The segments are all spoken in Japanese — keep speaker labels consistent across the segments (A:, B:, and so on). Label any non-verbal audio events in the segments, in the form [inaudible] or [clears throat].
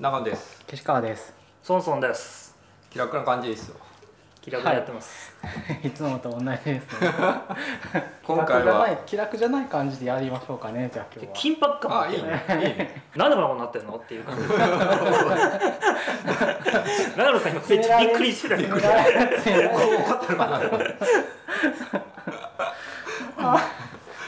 A: 中野です
B: 岸川です。 [laughs]
C: ソンソンです。
A: 気楽な感じですよ
C: 気楽でやってます。
B: いつもと同じですね。
A: 今回は
B: 気楽じゃない気楽じゃない感じでやりましょうかね。じゃあ今日は。
C: 緊迫感
A: あ
C: も
A: いいねいいね
C: なんでこんなことになってんのっていう感じ。長野さん今めっちゃびっくりしてたけど。
A: 怒ってるか
B: [laughs]
A: な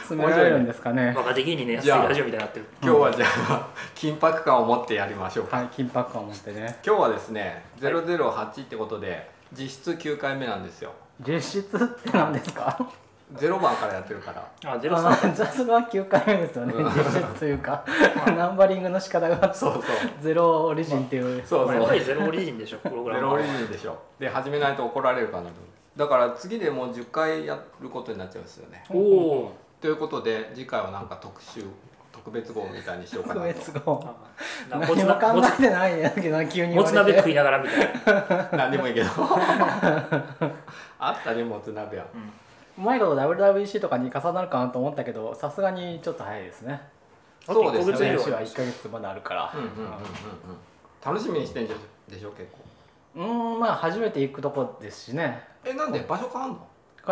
B: 詰められるんですかね。
C: 若手芸人ね、安い
A: じゃあ
C: ラジオみたいになってる。
A: 今日はじゃあ [laughs] 緊迫感を持ってやりましょうか
B: はい、緊迫感を持ってね。
A: 今日はですね008ってことで実質9回目なんですよ
B: 実質って何ですか。
A: [laughs] 0番からやってるから
C: あ、ゼロさん。
B: あ、じゃあそれは9回目ですよね。
A: うん
B: 実質というか、 [laughs] ナンバリングの仕方が
A: そうそう
B: ゼロオリジンっていう。
A: そう
C: やっ
A: そ
C: ぱ
A: う
C: りゼロオリジンでしょ、プログラ
A: ゼ
C: ム
A: ロオ
C: は
A: リジンでしょで始めないと怒られるかなと思ってだから次でもう10回やることになっちゃうんですよね
C: おお
A: ということで次回はなんか特集特別号みたいにしようか
B: 特
A: な
B: 別
A: と
B: 号。
C: ー。なも
B: 何
C: つ
B: も
C: な
B: 考
C: も
B: えてないんだけど急
C: つ
B: に言
C: も
B: わ
C: つ鍋
B: れ
C: 食
B: て。
C: いながらみたいな。
A: 何でもいいけど [laughs] あったねもつ鍋
B: [laughs]
A: は
B: 前の WWC とかに重なるかなと思ったけど、さすがにちょっと早いですね。
A: そうです
C: 別に
A: ね
B: 選手は1ヶ月まだあるから。
A: うんうんうんうんうん楽しみにしてんじゃでしょ結構
B: うーんまあ初めて行くとこですしね
A: えなんで場所変わんの
B: わ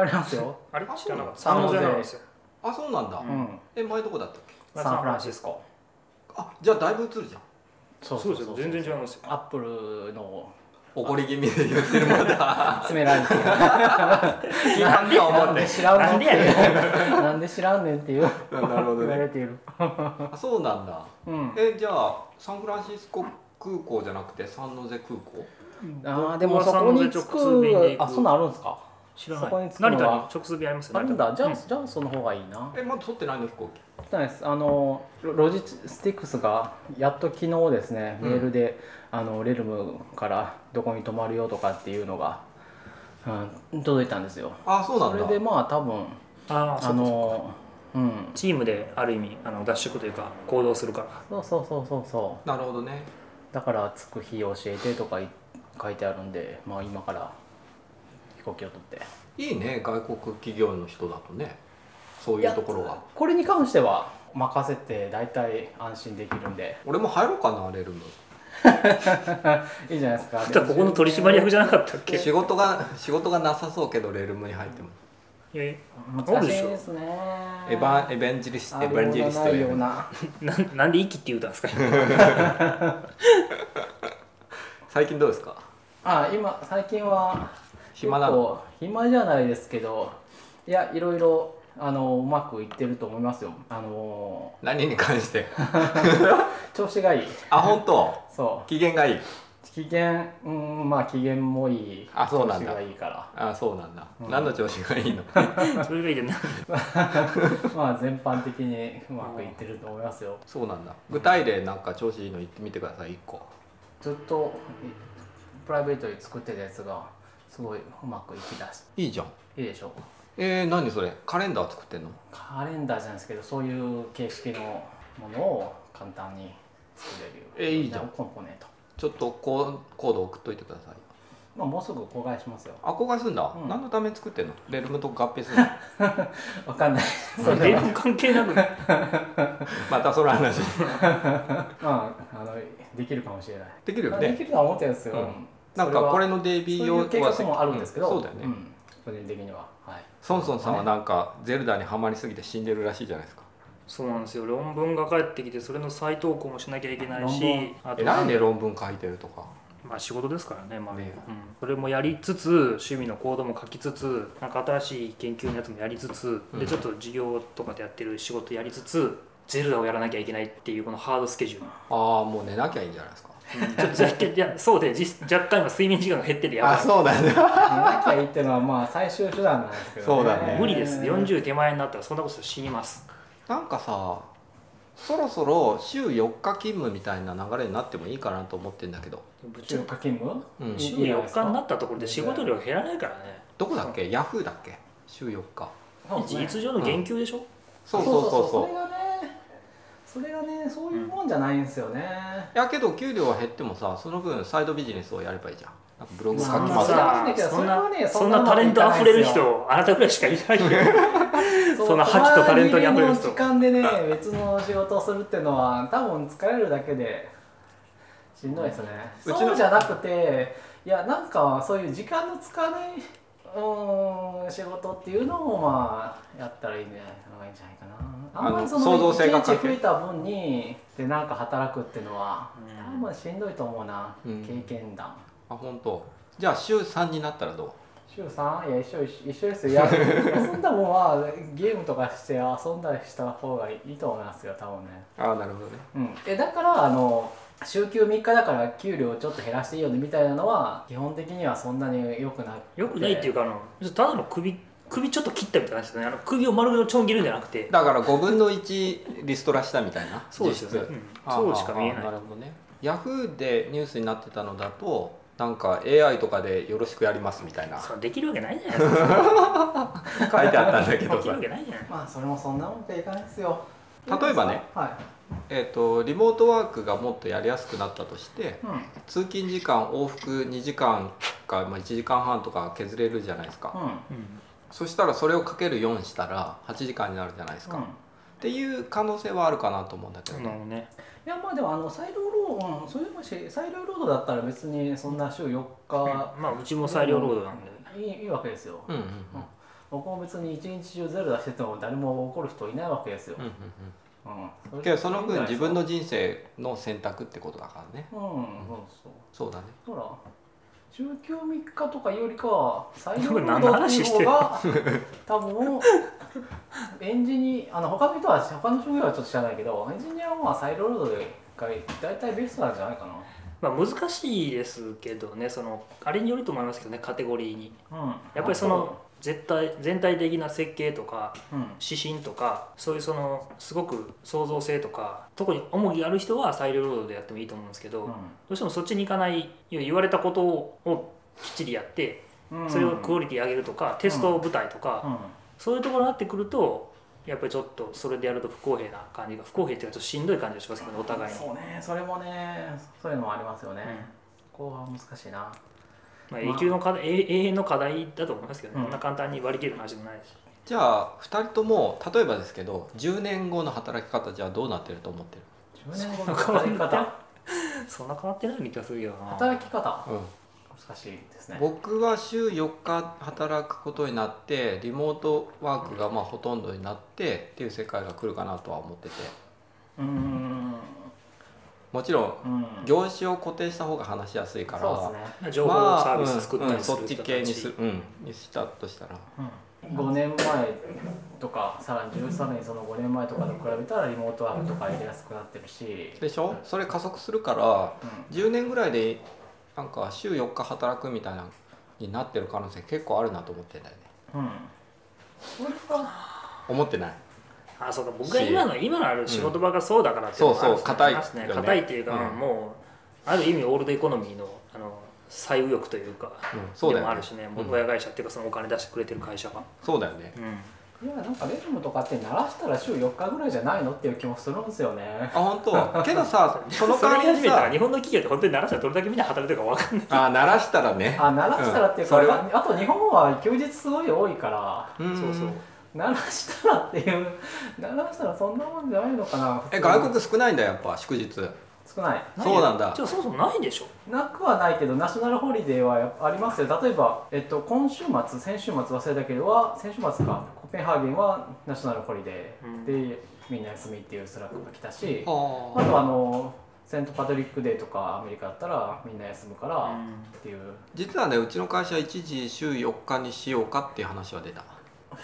B: かりますよ、
C: あれ知らなかった。
B: サ
C: サ
B: ン
C: ン
B: ホ
C: ホ
B: ゼ
C: ゼなんですよ。
A: あそうなんだ、
B: う
C: うんん
A: え前どこだったっけ
B: サンフランシスコ
A: あじゃあだいぶ映るじゃん
B: そ
C: そうですよ、全然違いますよ。
B: アップルの
A: 怒り気味で言ってるも [laughs] んだ
B: 詰められてる
A: 批判感を
B: な
A: 持っ
B: ん
A: て
B: で知らん
C: な
B: の
C: ん
B: っ
C: で
B: て
C: やね
B: いうなんで知らんねんって
C: [laughs]
B: いう
A: うんなるほど
B: 言わ
A: ね
B: れている
A: [laughs] あそうなんだ
B: うん
A: えじゃあサンフランシスコ空港じゃなくてサンノゼ空港
B: あーでもそこに着
C: 僕はサンノゼ直通便で
B: く
C: 行く
B: あそんなんあるんですか
C: 知ら
B: そこ
C: な
B: に
C: い
B: 着。くのは
C: 成田に直通便ありますよ。
B: あるんだじゃあ、
C: うん
B: じゃあその方がいいな
A: えまだ撮ってないの飛行機
B: 行きたいですあのロロジスティックスがやっと昨日ですね
A: う
B: メ
A: ん
B: ールで、あのレルムからどこに泊まるよとかっていうのが、うん、届いたんですよ
A: あそうなん
B: そ
A: だ
B: れでまあ多分
C: あー
B: あ
C: そうか
B: のうん
C: チームである意味あの合宿というか行動するか
B: そ
C: ら。
B: うそうそうそうそ
A: なるほどね
B: うだから着く日教えてとかい書いてあるんでまあ今から飛行機を取って
A: いいね外国企業の人だとねそういうところ
B: いや
A: は
B: これに関しては任せて大体安心できるんで
A: 俺も入ろうかなレルム
B: いいじゃないですか
C: あとはここの取締役じゃなかったっけ
A: 仕事が仕事がなさそうけどレルムに入っても
C: え
B: 難しいですね
A: エヴァンエベンジリストエベンジリス
B: あ
A: ト
B: るようなないような
C: なんなんで息って言うたんですか今
A: 最近どうですか
B: あ今最近は
A: 暇なの
B: 結構暇じゃないですけどいやいろいろあのうまくいってると思いますよあの
A: 何に関して
B: [laughs] 調子がいい
A: あ本当
B: そ
A: 機嫌がいいう
B: 機嫌うんまあ機嫌もいい
A: あそうなんだ
B: 調子がいいから [laughs]
A: あそうなんだ、
B: うん
A: 何の調子がいい
B: [laughs]
A: の
C: それがいいじゃない
B: まあ全般的にうまくいってると思いますよ
A: そうなんだ具体例なんか調子いいの言ってみてください一個
B: ずっとプライベートで作ってたやつがすごいうまくいきだし
A: いいじゃん
B: いいでしょう
A: えー、何それカレンダー作ってんの
B: カレンダーじゃないですけどそういう形式のものを簡単に作れる
A: えいいじゃん
B: コンポーネント
A: ちょっとココード送っといてください
B: まあ、もうすぐ公開しますよ。
A: あ公開すんだ、
B: うん
A: 何のために作ってんのレルムと合併する
B: [laughs]
A: の
B: わかんない。
C: そ
B: [laughs]
C: れ関係なくない
A: またその話
B: まあ、あの、できるかもしれない。
A: できるよ
B: で
A: ね
B: きるとは思ってるんですよ。
A: うんなんかこれのデイ
B: そ
A: ビー
B: れはそうい
A: 用
B: う計画もあるんですけど、
A: そうだよね、
B: ん個人的には。はい。
A: ソンソンさんはなんかゼルダにはまりすぎて死んでるらしいじゃないですか
C: そうなんですよ論文が返ってきてそれの再投稿もしなきゃいけないし
B: 論文
C: あと
A: えなんで論文書いてるとか
C: まあ仕事ですからね,、まあ
A: ね
C: うん、それもやりつつ趣味の行動も書きつつなんか新しい研究のやつもやりつつ、
A: うん
C: でちょっと授業とかでやってる仕事やりつつゼルダをやらなきゃいけないっていうこのハードスケジュール
A: ああもう寝なきゃいいんじゃないですか
C: うんちょっと若干いやそうで実若干今睡眠時間が減っててやばい
A: そうだね
B: なきゃいいっていうのは、まあ、最終手段なんですけど、
A: そうだね
C: 無理です40手前になったらそんなことしたら死にます
A: [laughs] なんかさそろそろ週4日勤務みたいな流れになってもいいかなと思ってんだけど、
C: ぶっちゃ
B: 中
C: け
B: 華勤務。
A: うん、
B: い
C: 週4日になったところで仕事量減らないからね
A: どこだっけヤフーだっけ週4日
C: 事
B: そう
C: 実上の減給でしょ、
A: そうそうそうそう
B: それがね。それがね、そういうもんじゃないんですよね。
A: いやけど給料は減ってもさその分サイドビジネスをやればいいじゃんなんかブログ書き
B: まあ
A: ま
B: まあ
A: す
B: それ
A: とか
B: はね
C: そん
B: それは
C: な
B: ねそ
C: そ
B: ん
C: ん
B: な
C: なタレントあふれる
B: そんな
C: 人あなたぐらいしかいないよ
B: そう
C: そんな覇気とタレントに溢れる人
B: たまにね時間でね別の仕事をするっていうのは多分疲れるだけでしんどいですね
A: うちの
B: そうじゃなくていやなんかそういう時間の使わないうーん仕事っていうのをまあやったらいいんじゃないのがいいんじゃないかなあんまりそ
A: あの創
B: の
A: 造
B: 一
A: 性が欠
B: 日
A: け
B: 増えた分にでなんか働くっていうのは
C: うん
B: 多分しんどいと思うな、
A: うん
B: 経験談
A: あ本当じゃあ週3になったらど
B: 週3いや一緒一緒一緒です
A: [laughs]
B: よいや遊んだもんはゲームとかして遊んだりした方がいいと思いますよ多分ね
A: うああなるほどね
B: うん、えだからあの週休3日だから給料をちょっと減らしていいよねみたいなのは基本的にはそんなに良くなく
C: よくないっていう
B: か
C: かあのただの首首ちょっと切ったみたいな話ですねあの首を丸ごとちょん切るんじゃなくて
A: だから5分の1リストラしたみたいな
C: そうですよね、うんそうしか見えない
A: なるほどねヤフーでニュースになってたのだとなんか AI とかでよろしくやりますみたいな書
C: そうできるわけないじゃないですか
A: いてあったんだけ
C: で
A: ど
C: [laughs] きる
A: さ
C: わけないじゃない
B: まあそれもそんなもんでいかないですよ
A: 例えばね
B: は
A: えー、とリモートワークがもっとやりやすくなったとして
B: いうんうん
A: 通勤時間往復2時間か、まあ、1時間半とか削れるじゃないですか、そしたらそれをかける4したら8時間になるじゃないですか、
B: うん
A: っていう可能性はあるかなと思うんだけ
C: そ
A: ど、
C: うなのね
B: いやまあでもあの裁量労働、うん、それもし裁量労働だったら別にそんな週4日
C: まあうちも裁量労働なんで
B: いいいいわけですよ、
A: うんうんうん
B: 僕も別に一日中ゼロ出してても誰も怒る人いないわけですよ
A: うん、うん
B: うん
A: う
B: れ
A: んけどその分自分の人生の選択ってことだからね
B: うんそうそう
A: そうだね
B: ほら中級3日とかよりかは最良
C: 何の
B: の
C: 話し
B: 方
C: てる
B: が多分エンジニアあの他の人は他の職業はちょっと知らないけどエンジニアはまあサイドロードで大体ベストなんじゃないか
C: まあ難しいですけどねそのあれによると思いますけどねカテゴリーに
B: な、うん、
C: やっぱりその絶対全体的な設計とか
B: うん、
C: 指針とかそういうそのすごく創造性とか特に重きある人は裁量労働でやってもいいと思うんですけど、
B: う
C: ど
B: ん
C: うしてもそっちに行かない要は言われたことをきっちりやって
B: うん、
C: それをクオリティ上げるとか、テスト舞台とか、
B: うん
C: そういうところになってくるとやっぱりちょっとそれでやると不公平な感じが不公平っていうかちょっとしんどい感じがしますけどねお互いに、
B: そうねそれもねそういうのもありますよね、
C: うん
B: ここは難しいな
C: まあ、永久の課題永永遠の課題だと思いますけど
B: うん
C: ね、こんな簡単に割り切る話もないし
A: じゃあ2人とも例えばですけど10年後の働き方じゃあどうなってると思ってる、
B: 10年後の働き方
C: そんな変わってないような気がするけどな
B: 働き方
A: うん、
B: 難しいですね
A: 僕は週4日働くことになってリモートワークがまあほとんどになってっていう世界が来るかなとは思ってて
B: うんうん
A: もちろん
B: うん
A: 業種を固定した方が話しやすいから
B: そうですね
C: まあ情報
A: まあ
C: サービス作ったりす
A: うんうん
C: る
A: そっち
C: 人た
A: 系にする、うん、にしたとしたら
B: 5年前とかさらに13年その5年前とかと比べたらリモートワークとか入れやすくなってるし、
A: でしょそれ加速するから
B: う
A: 10年ぐらいでなんか週4日働くみたいなのになってる可能性結構あるなと思ってんだよね
B: んうん、それは
A: 思ってない
C: あそうか僕が今の今のある仕事場がそうだからっていのもあ
A: そうそう硬い
C: ありますね
A: よね
C: 硬いっていうか、
A: うん
C: もうある意味オールドエコノミーのあの最右翼というか、
A: うんそうだよね
C: でもあるしね
A: うん
C: 親会社っていうかそのお金出してくれてる会社が、
A: そうだよね
C: うん
B: いやなんかレジムとかって鳴らしたら週4日ぐらいじゃないのっていう気もするんですよね
A: あ本当けどさその
C: それ
A: 代
C: 言
A: わ
C: い
A: り
C: 始
A: に
C: めたら
A: さ
C: 日本の企業って本当に鳴らしたらどれだけみんな働いてるか分かんない
A: あ鳴らしたらね
B: あ鳴らしたらっていうか、
A: うんそれは
B: あと日本は休日すごい多いから
A: うん
C: そうそう
B: 鳴らしたらっていう鳴らしたらそんなもんじゃないのかな
A: え外国少ないんだやっぱ祝日
B: 少ない
A: そうなんだ
C: じゃあそもそもないでしょ
B: なくはないけどナショナルホリデーはやっぱありますよ例えば、えっと、今週末先週末忘れたけどは先週末かコペンハーゲンはナショナルホリデーで、みんな休みっていうスラックが来たしあ
A: はあ
B: とあのセントパトリックデーとかアメリカだったらみんな休むからっていう、
A: 実はねうちの会社一時週4日にしようかっていう話は出た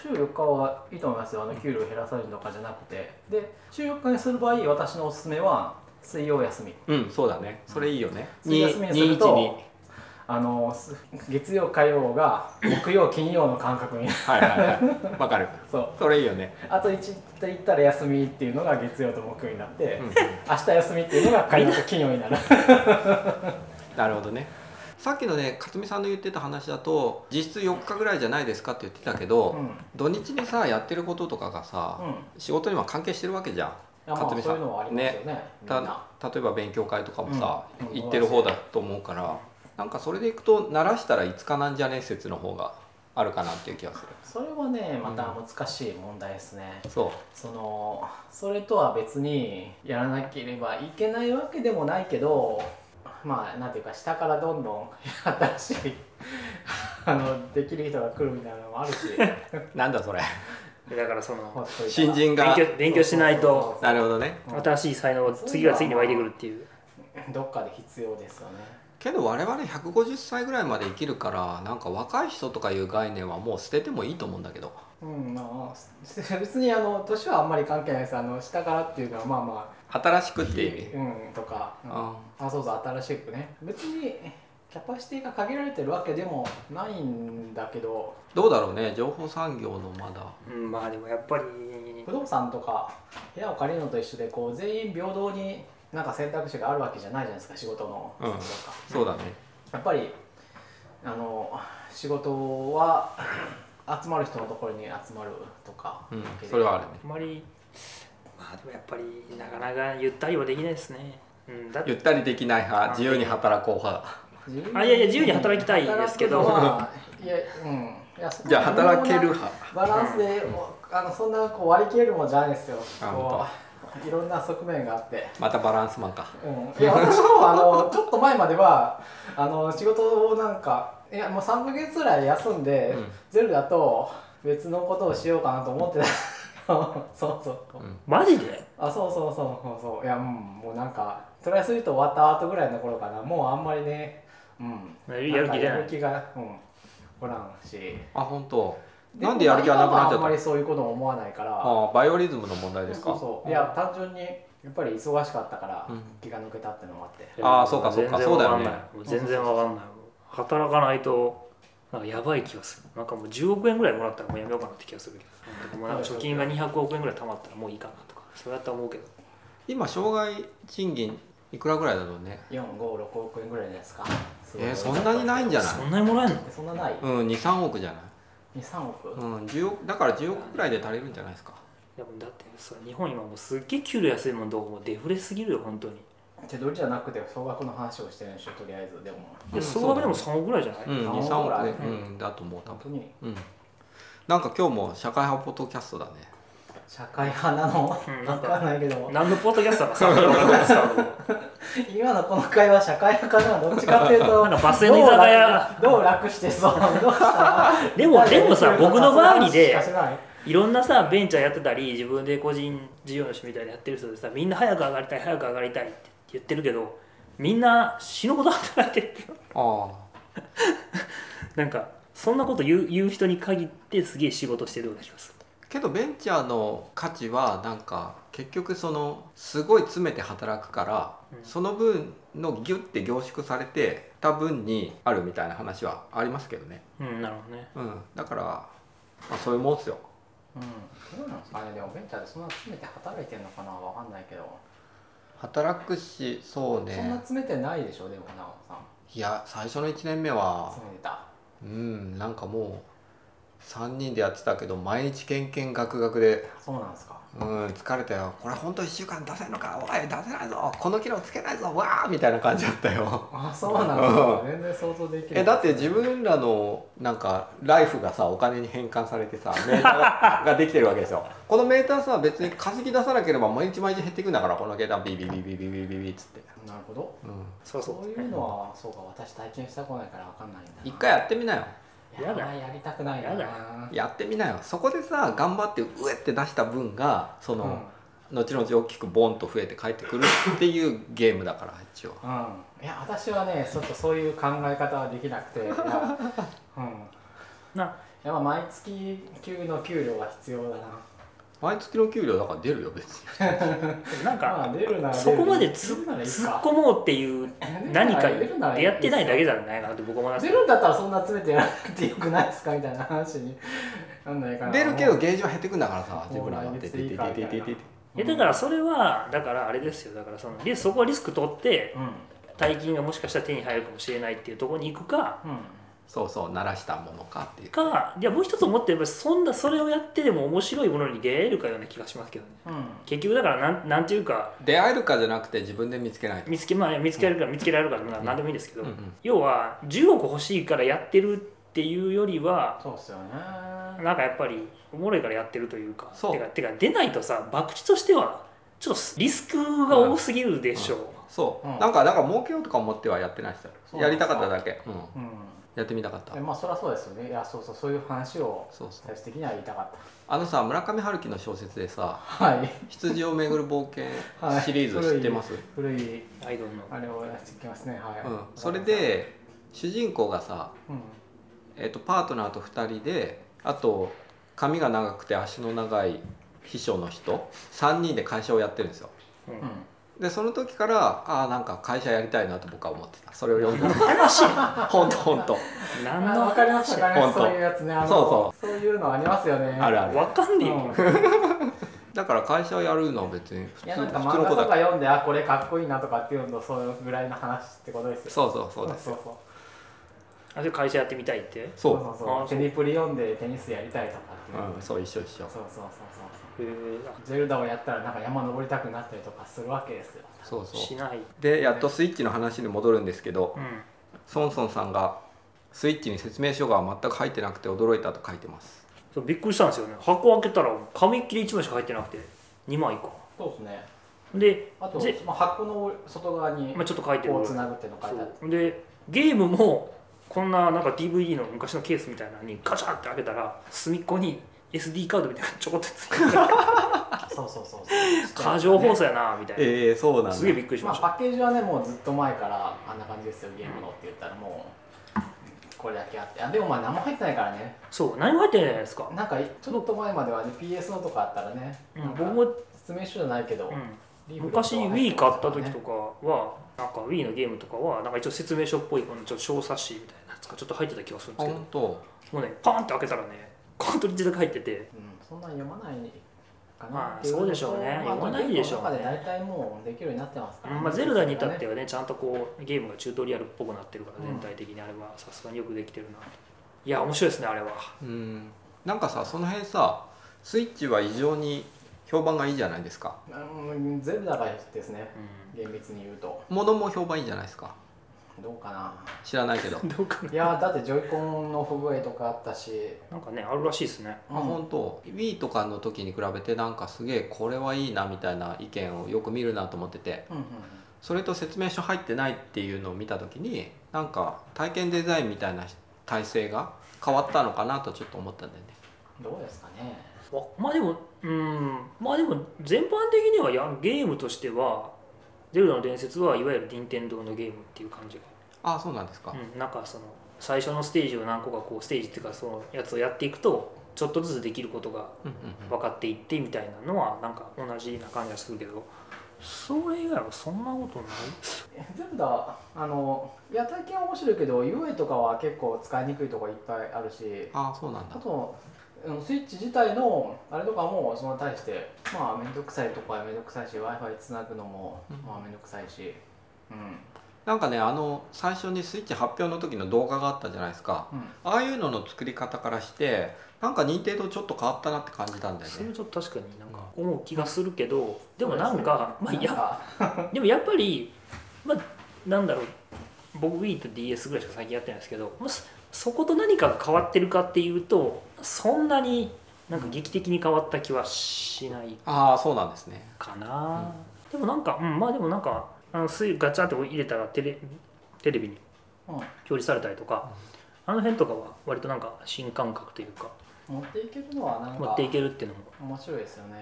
B: 週4日はいいと思いますよあの給料減らされるとかじゃなくてで週4日にする場合私のおすすめは水曜休み
A: うんそうだねそれいいよね
B: 水
A: に
B: 休みにすると
A: 212
B: あのす月曜火曜が木曜金曜の感覚に
A: はいはいはいわかる
B: そう
A: それいいよね、
B: あと1日行ったら休みっていうのが月曜と木曜になって、
A: うんうん
B: 明日休みっていうのが火曜と金曜
A: [laughs]
B: になる
A: なるほどねさっきのね勝美さんの言ってた話だと実質4日ぐらいじゃないですかって言ってたけど、
B: うん、うん、い
A: 土日にさやってることとかがさ、仕事には関係してるわけじゃん
B: やまあ
A: 勝
B: そう
A: 美
B: いう
A: さん
B: のはありますよねみん
A: た
B: な
A: 例えば勉強会とかもさ、
B: うん
A: 行ってる方だと思うからなんかそれでいくと鳴らしたら5日なんじゃね説の方があるかなっていう気がする
B: それはねまた難しい問題ですね、
A: そう
B: そのそれとは別にやらなければいけないわけでもないけどまあなんていうか下からどんどん [laughs] 新しい [laughs] あのできる人が来るみたいなのもあるし
A: [laughs] なんだそれ
C: でだからそ
B: ほっ
C: の
B: といたら
A: 新人
C: 勉
A: が
C: 強勉強しない
B: そうそう
C: と
A: なるほどね
B: そう
C: 新しい才能が次が次に湧いてくるっていう
B: どっかで必要ですよね
A: けど我々150歳ぐらいまで生きるからなんか若い人とかいう概念はもう捨ててもいいと思うんだけど
B: うんまあ [laughs] 別にあの年はあんまり関係ないですあの下からっていうのはまあま
A: 新しくっていう意味
B: あうんとか、うん
A: あ
B: あそうそう新しくね別にキャパシティが限られてるわけでもないんだけど
A: どうだろうね情報産業のまだ
C: うんまあでもやっぱり
B: 不動産とか部屋を借りるのと一緒でこう全員平等になんか選択肢があるわけじゃないじゃないですか仕事の
A: うん
B: 選択とか
A: そうだね
B: やっぱりあの仕事は集まる人のところに集まるとか、
A: うん
B: だけで
A: それはあるね
C: あまりまあでもやっぱりなかなかゆったりはできないですねうんだって
A: ゆったりできない派自由に働こう派
B: 自由
C: あいやいや自由に働きたいですけど
B: 働くのはいやうんいやそ
A: [laughs]
B: こは
A: じゃあ働ける派
B: バランスで、もうあのそんなこう割り切れるもんじゃないですよ
A: あ
B: こういろんな側面があって
A: またバランスマンか
B: うん、いや私もあのちょっと前まではあの仕事をなんかいやもう3ヶ月ぐらい休んで、
A: うん
B: ゼロだと別のことをしようかなと思ってた [laughs] そうそう、
A: うん
C: マジで
B: あそうそうそうそうそういやうんもうなんかトライアスリート終わった後ぐらいの頃かなもうあんまりねうん
C: やる気出
B: んかや
C: ない
B: る気がうんおらんし
A: あ本当なんでやる気がなくなっちゃ
B: 今はあんま
A: っ
B: りそういうことも思わないから
A: たのあバイオリズムの問題ですか
B: そうそういや単純にやっぱり忙しかったから
A: うん
B: 気が抜けたってのもあって、
A: あーそうかそうか
C: 全然
A: そうだよね
C: わかんないもう全然わかんない働かないとなんかやばい気がするなんかもう10億円ぐらいもらったらもうやめようかなって気がするけどもうなんか貯金が200億円ぐらい貯まったらもういいかなとかそうやったら思うけど
A: 今障害賃金いくらぐらいだろうね
B: 456億円ぐらいじゃないですか
A: えーそんなにないんじゃない
C: そんなにもらえんの
B: そんなない、
A: うん23億じゃない
B: 23億、
A: うん10億だから10億ぐらいで足りるんじゃないですか
C: いやだってそれ日本今もうすっげえ給料安いもんどこもデフレすぎるよ本当に
B: 手取りじゃなくて総額の話をしてるんでしょとりあえずでも
C: い
A: うん
C: や総額でも3億ぐらいじゃない、
A: うん
B: 何
A: 23
B: 億
A: 億
B: ぐらい
A: ねうんだと思う多
B: 本
A: 分
B: 当に
A: うんなんか今日も社会派ポッドキャストだね
B: 社会派なの、
C: うん
B: 分かんないけど
C: 何のポッドキャスターかさ分かんないですから僕
B: 今のこの会話社会派かなどっちかっていうと
C: なんかバス停の居酒屋
B: どう楽どう楽してそうどうしたら
C: でもでもさ僕の場合で
B: しかしない
C: いろんなさベンチャーやってたり自分で個人事業主みたいなやってる人でさみんな早く上がりたい早く上がりたいって言ってるけどみんな死ぬほど働いてる [laughs] よ
A: あ
C: なんかそんなこと言う言う人に限ってすげえ仕事してるような気がす
A: あけどベンチャーの価値はなんか結局そのすごい詰めて働くから
C: うん
A: その分のギュッて凝縮されてた分にあるみたいな話はありますけどね
C: るうんなるほどね
A: うんだから、まあ、そういうもんっすよ
B: うんどうなんですかねでもベンチャーでそんな詰めて働いてるのかなわかんないけど
A: 働くしそう
B: そんな
A: ね
B: 詰めてないでしょでもなおさん
A: いや最初の1年目は
B: 詰めてた
A: うんなんかもう3人でやってたけど毎日けんけんがくがくで
B: そうなんですか
A: うん疲れたよこれ本当1週間出せんのかおい出せないぞこの機能つけないぞわーみたいな感じだったよ
B: あそうなんですか全然想像できない
A: えだって自分らのなんかライフがさお金に変換されてさメーターがができてるわけですよこのメーターさ別に稼ぎ出さなければ毎日毎日減っていくんだからこのデータビビビビビビビビっつって、
B: なるほど
A: うん、
C: そうそう
B: そういうのはそうか私体験したことないからわかんないんだな
A: 一回やってみなよ
B: いや
C: やだ
B: やりたくないな
C: やだ
A: やってみなよそこでさ頑張ってうえって出した分がそ
B: うん
A: の、後々大きくボンと増えて帰ってくるっていうゲームだから一応
B: うんいや私はねちょっとそういう考え方はできなくていやうん
C: ない
B: やまあ毎月給の給料が必要だな
A: 毎月の給料だから出るよ別に
B: まあ
C: でもなんか
B: 出るなら出る
C: そこまで
B: 出
C: 突
B: るならいいか
C: 突っ込もうっていう何か
B: 出るなら
C: でやってないだけ
B: だ
C: じゃないかなって僕もなんか
B: 出るんだったらそんな詰めてやらなくてよくないですかみたいな話になんないかな
A: 出るけどゲージは減ってくんだからさ自
B: もう
A: 分らやって
B: 来
A: て
B: 月いいかみたいな
C: えだからそれはだからあれですよだからそのでそこはリスク取って
B: うん
C: 大金がもしかしたら手に入るかもしれないっていうところに行くか
B: うん
A: そうそう鳴らしたものかっていう
C: かいやもう一つ思ってるそんなそれをやってでも面白いものに出会えるかような気がしますけどね
B: うん
C: 結局だからなんなんていうか
A: 出会えるかじゃなくて自分で見つけないと
C: 見つけ,、まあ、見つけられるか見つけられるかな何でもいいんですけど、
A: うんうん
C: 要は10億欲しいからやってるっていうよりは
B: そうっすよね
C: なんかやっぱりおもろいからやってるというか
A: そう
C: てかてか出ないとさ博打としてはちょっとリスクが多すぎるでしょう、
A: そう、
B: うん
A: なんかなんか儲けようとか思ってはやってない人
B: そう
A: やりたかっただけ、うん
B: うん
A: やってみたかった
B: えまあそりゃそうですよねいやそうそうそういう話を
A: そうそう
B: 最終的には言いたかった
A: あのさ村上春樹の小説でさ
B: はい
A: 「羊をめぐる冒険
B: は」い
A: シリーズ知ってます、
B: 古い
C: アイドルの
B: あれをやってきますねはい、
A: うん、それで主人公がさ、
B: うん
A: えっとパートナーと2人であと髪が長くて足の長い秘書の人3人で会社をやってるんですよ
C: うん
B: うん
A: でその時からああなんか会社やりたいなと僕は思ってたそれを読んで
B: [laughs]
A: た [laughs] 話ほんとほんと
C: 何
B: あ
C: の
B: わかりますわかります
A: 本当
B: そういうやつねあの
A: そ
B: そういうのありますよね
A: あるある
C: わかんねえよ、
B: うん
A: だから会社をやるのは別に普通
B: いやなんか
A: 普通
B: 漫
A: のこ
B: 画
A: ととだ
B: か
A: から
B: 読んであこれかっこいいなとかっていうのとそういうぐらいの話ってことですよ
A: そうそうそうです
B: そうそう
C: あで会社やってみたいってへ
A: そう、
B: そうそう
C: あ
B: そ
C: そうう
B: テニプリ読んでテニスやりたいとかっていう
A: ん、そう一緒一緒
B: そうそうそうそ
C: え
B: うゼルダをやったらなんか山登りたくなったりとかするわけですよ
A: そうそ
C: し
A: う
C: ない
A: でやっとスイッチの話に戻るんですけど
C: うん
A: ソンソンさんがスイッチに説明書が全く入ってなくて驚いたと書いてます
C: そうびっくりしたんですよね箱開けたら紙切れ1枚しか入ってなくて2枚か
B: そうですね
C: で、
B: あと
C: ぜ、
B: まあ、箱の外側に
C: まあ、ちょっと書いてる
B: こうつなぐっていうのが書いてある
C: そうでゲームもこんななんか DVD の昔のケースみたいなのにガチャンって開けたら隅っこに SD カードみたいなのちょこっとついてる
B: そうそうそうそう
C: 過剰放送やなみたいな、
A: ええそうなんだ
C: すげえびっくりし
B: ま
C: ま
B: あ、
C: し
B: パ
C: た、
B: ッケージはねもうずっと前からあんな感じですよゲームのって言ったらもうこれだけあってあでもまあ何も入ってないからね
C: そう何も入ってないじゃないですか、
B: なんかちょっと前まではね PS のとかあったらね、
C: う
B: なん
C: ん、
B: か
C: 僕も、
B: 説明書じゃないけど、
C: うん、昔 Wii 買った時と
B: か
C: かはなんか Wii のゲームとかはなんか一応説明書っぽいこのちょっと小冊子みたいなやつがちょっと入ってた気がするんですけど
A: 本当
C: もうねパーンって開けたらねカートリッジだけ入ってて
B: うん、そんなん読まないかな
C: まあ
B: っていうのと
C: そうでしょうね
B: まあ
C: 読まないでしょうね
B: この中で大体もうできるようになってますからね、
C: まあ、ゼルダに至ってはねちゃんとこうゲームがチュートリアルっぽくなってるから全体的にあれはさすがによくできてるないや面白いですねあれは
A: うんなんかさその辺さスイッチは異常に評判がいいじゃないですか
B: うんゼルダがですね
C: う
B: 厳密に言うと
A: 物も評判いいじゃないですか
B: どうかな
A: 知らないけど
C: んどうかない
B: やだってジョイコンの不具合とかあったし、
C: なんかねあるらしいですね
A: あ本当 Wii とかの時に比べてなんかすげえこれはいいなみたいな意見をよく見るなと思ってて
B: うんうん
A: それと説明書入ってないっていうのを見た時になんか体験デザインみたいな体制が変わったのかなとちょっと思ったんだよね
B: どうですかね
C: わまあでもうんまあでも全般的にはやゲームとしては「ゼルダの伝説」はいわゆる任天堂のゲームっていう感じ
A: ああそうなんですか
C: が、うん、なんかその最初のステージを何個かこうステージっていうかそのやつをやっていくとちょっとずつできることが
A: うんうん
C: 分かっていってみたいなのはなんか同じな感じがするけどそれ以外はそんなことない
B: えゼルダあのいや体験は面白いけど UA とかは結構使いにくいとこいっぱいあるし
A: ああそうなんだ
B: あとうんスイッチ自体のあれとかもその対してまあ面倒くさいとこは面倒くさいし w i f i つなぐのも
A: うん
B: まあ面倒くさいし、うん
A: なんかねあの最初にスイッチ発表の時の動画があったじゃないですか
B: うん、
A: ああいうのの作り方からしてなんか任天堂ちょっと変わったなって感じたんだよ
C: それ
A: ね
C: はちょっと確かになんか思う気がするけどでもなんかまあ
B: なん
C: や
B: か
C: でもやっぱりまあなんだろう僕 Wii と DS ぐらいしか最近やってないんですけどもしそこと何かが変わってるかっていうとそんなになんか劇的に変わった気はしない
A: ああそうなんですね
C: かな、でもなんかうんまあでもなんかあのスイガチャって入れたらテレテレビに
B: う
C: 表示されたりとかあの辺とかは割となんか新感覚というか
B: ん、持っていけるのはなん
C: 持ってい
B: か
C: けるっていうのも、
B: 面白いですよ
C: う
B: ね
C: ん、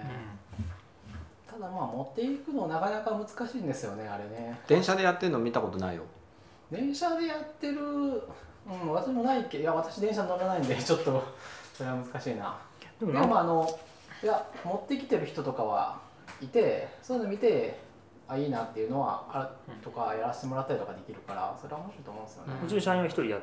B: ただまあ持っていくのなかなか難しいんですよねあれね
A: 電車でやってるの見たことないよ
B: 電車でやってる、うん、私もないけいや私電車乗らないんでちょっとそれは難しいな
C: でも
B: で
C: なんか
B: もあのいや持ってきてる人とかはいてそういうの見てあいいなっていうのはあとかやらせてもらったりとかできるからそれは面白いと思うんですよね、
A: う
C: うんちの社員は一人や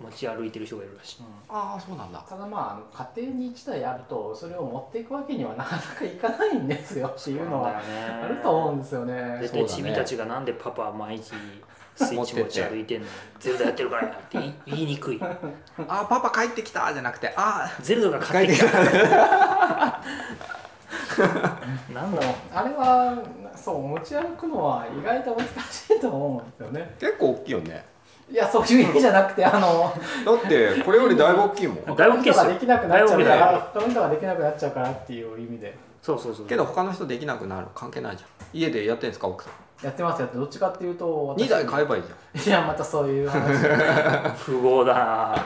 C: 持ち歩いてる人がいるらしい、
B: うん
A: ああそうなんだ
B: ただまああの家庭に1台あるとそれを持っていくわけにはなかなかいかないんですよっていうのはあ
C: あ
B: ると思うんですよね
C: 絶対チビたちがなんでパパ毎日スイッチ持ち歩いてんのゼルダやってるからやって言い言いにくい
A: ああパパ帰ってきたじゃなくてあ
C: [laughs] ゼルダが買ってきたなん
B: も
C: だ
B: う
C: ろう
B: あれはそう持ち歩くのは意外と難しいと思うんですよね
A: あ結構大きいよね
B: いやそういう意味じゃなくてあの
A: だってこれよりだいぶ大きいもん
C: だいぶ大きいっすよ
B: 他の人ができなくなっち
A: だ
B: ゃうか
A: いぶ大
B: ら他の人ができなくなっちゃうからっていう意味で
C: そうそうそう
A: けど他の人できなくなる関係ないじゃん家でやってんですか奥さん
B: やってますやってどっちかっていうと
A: 2台買
B: え
A: えばいいじゃん
B: いやまたそういう
C: [laughs]
B: 話
C: 不合だな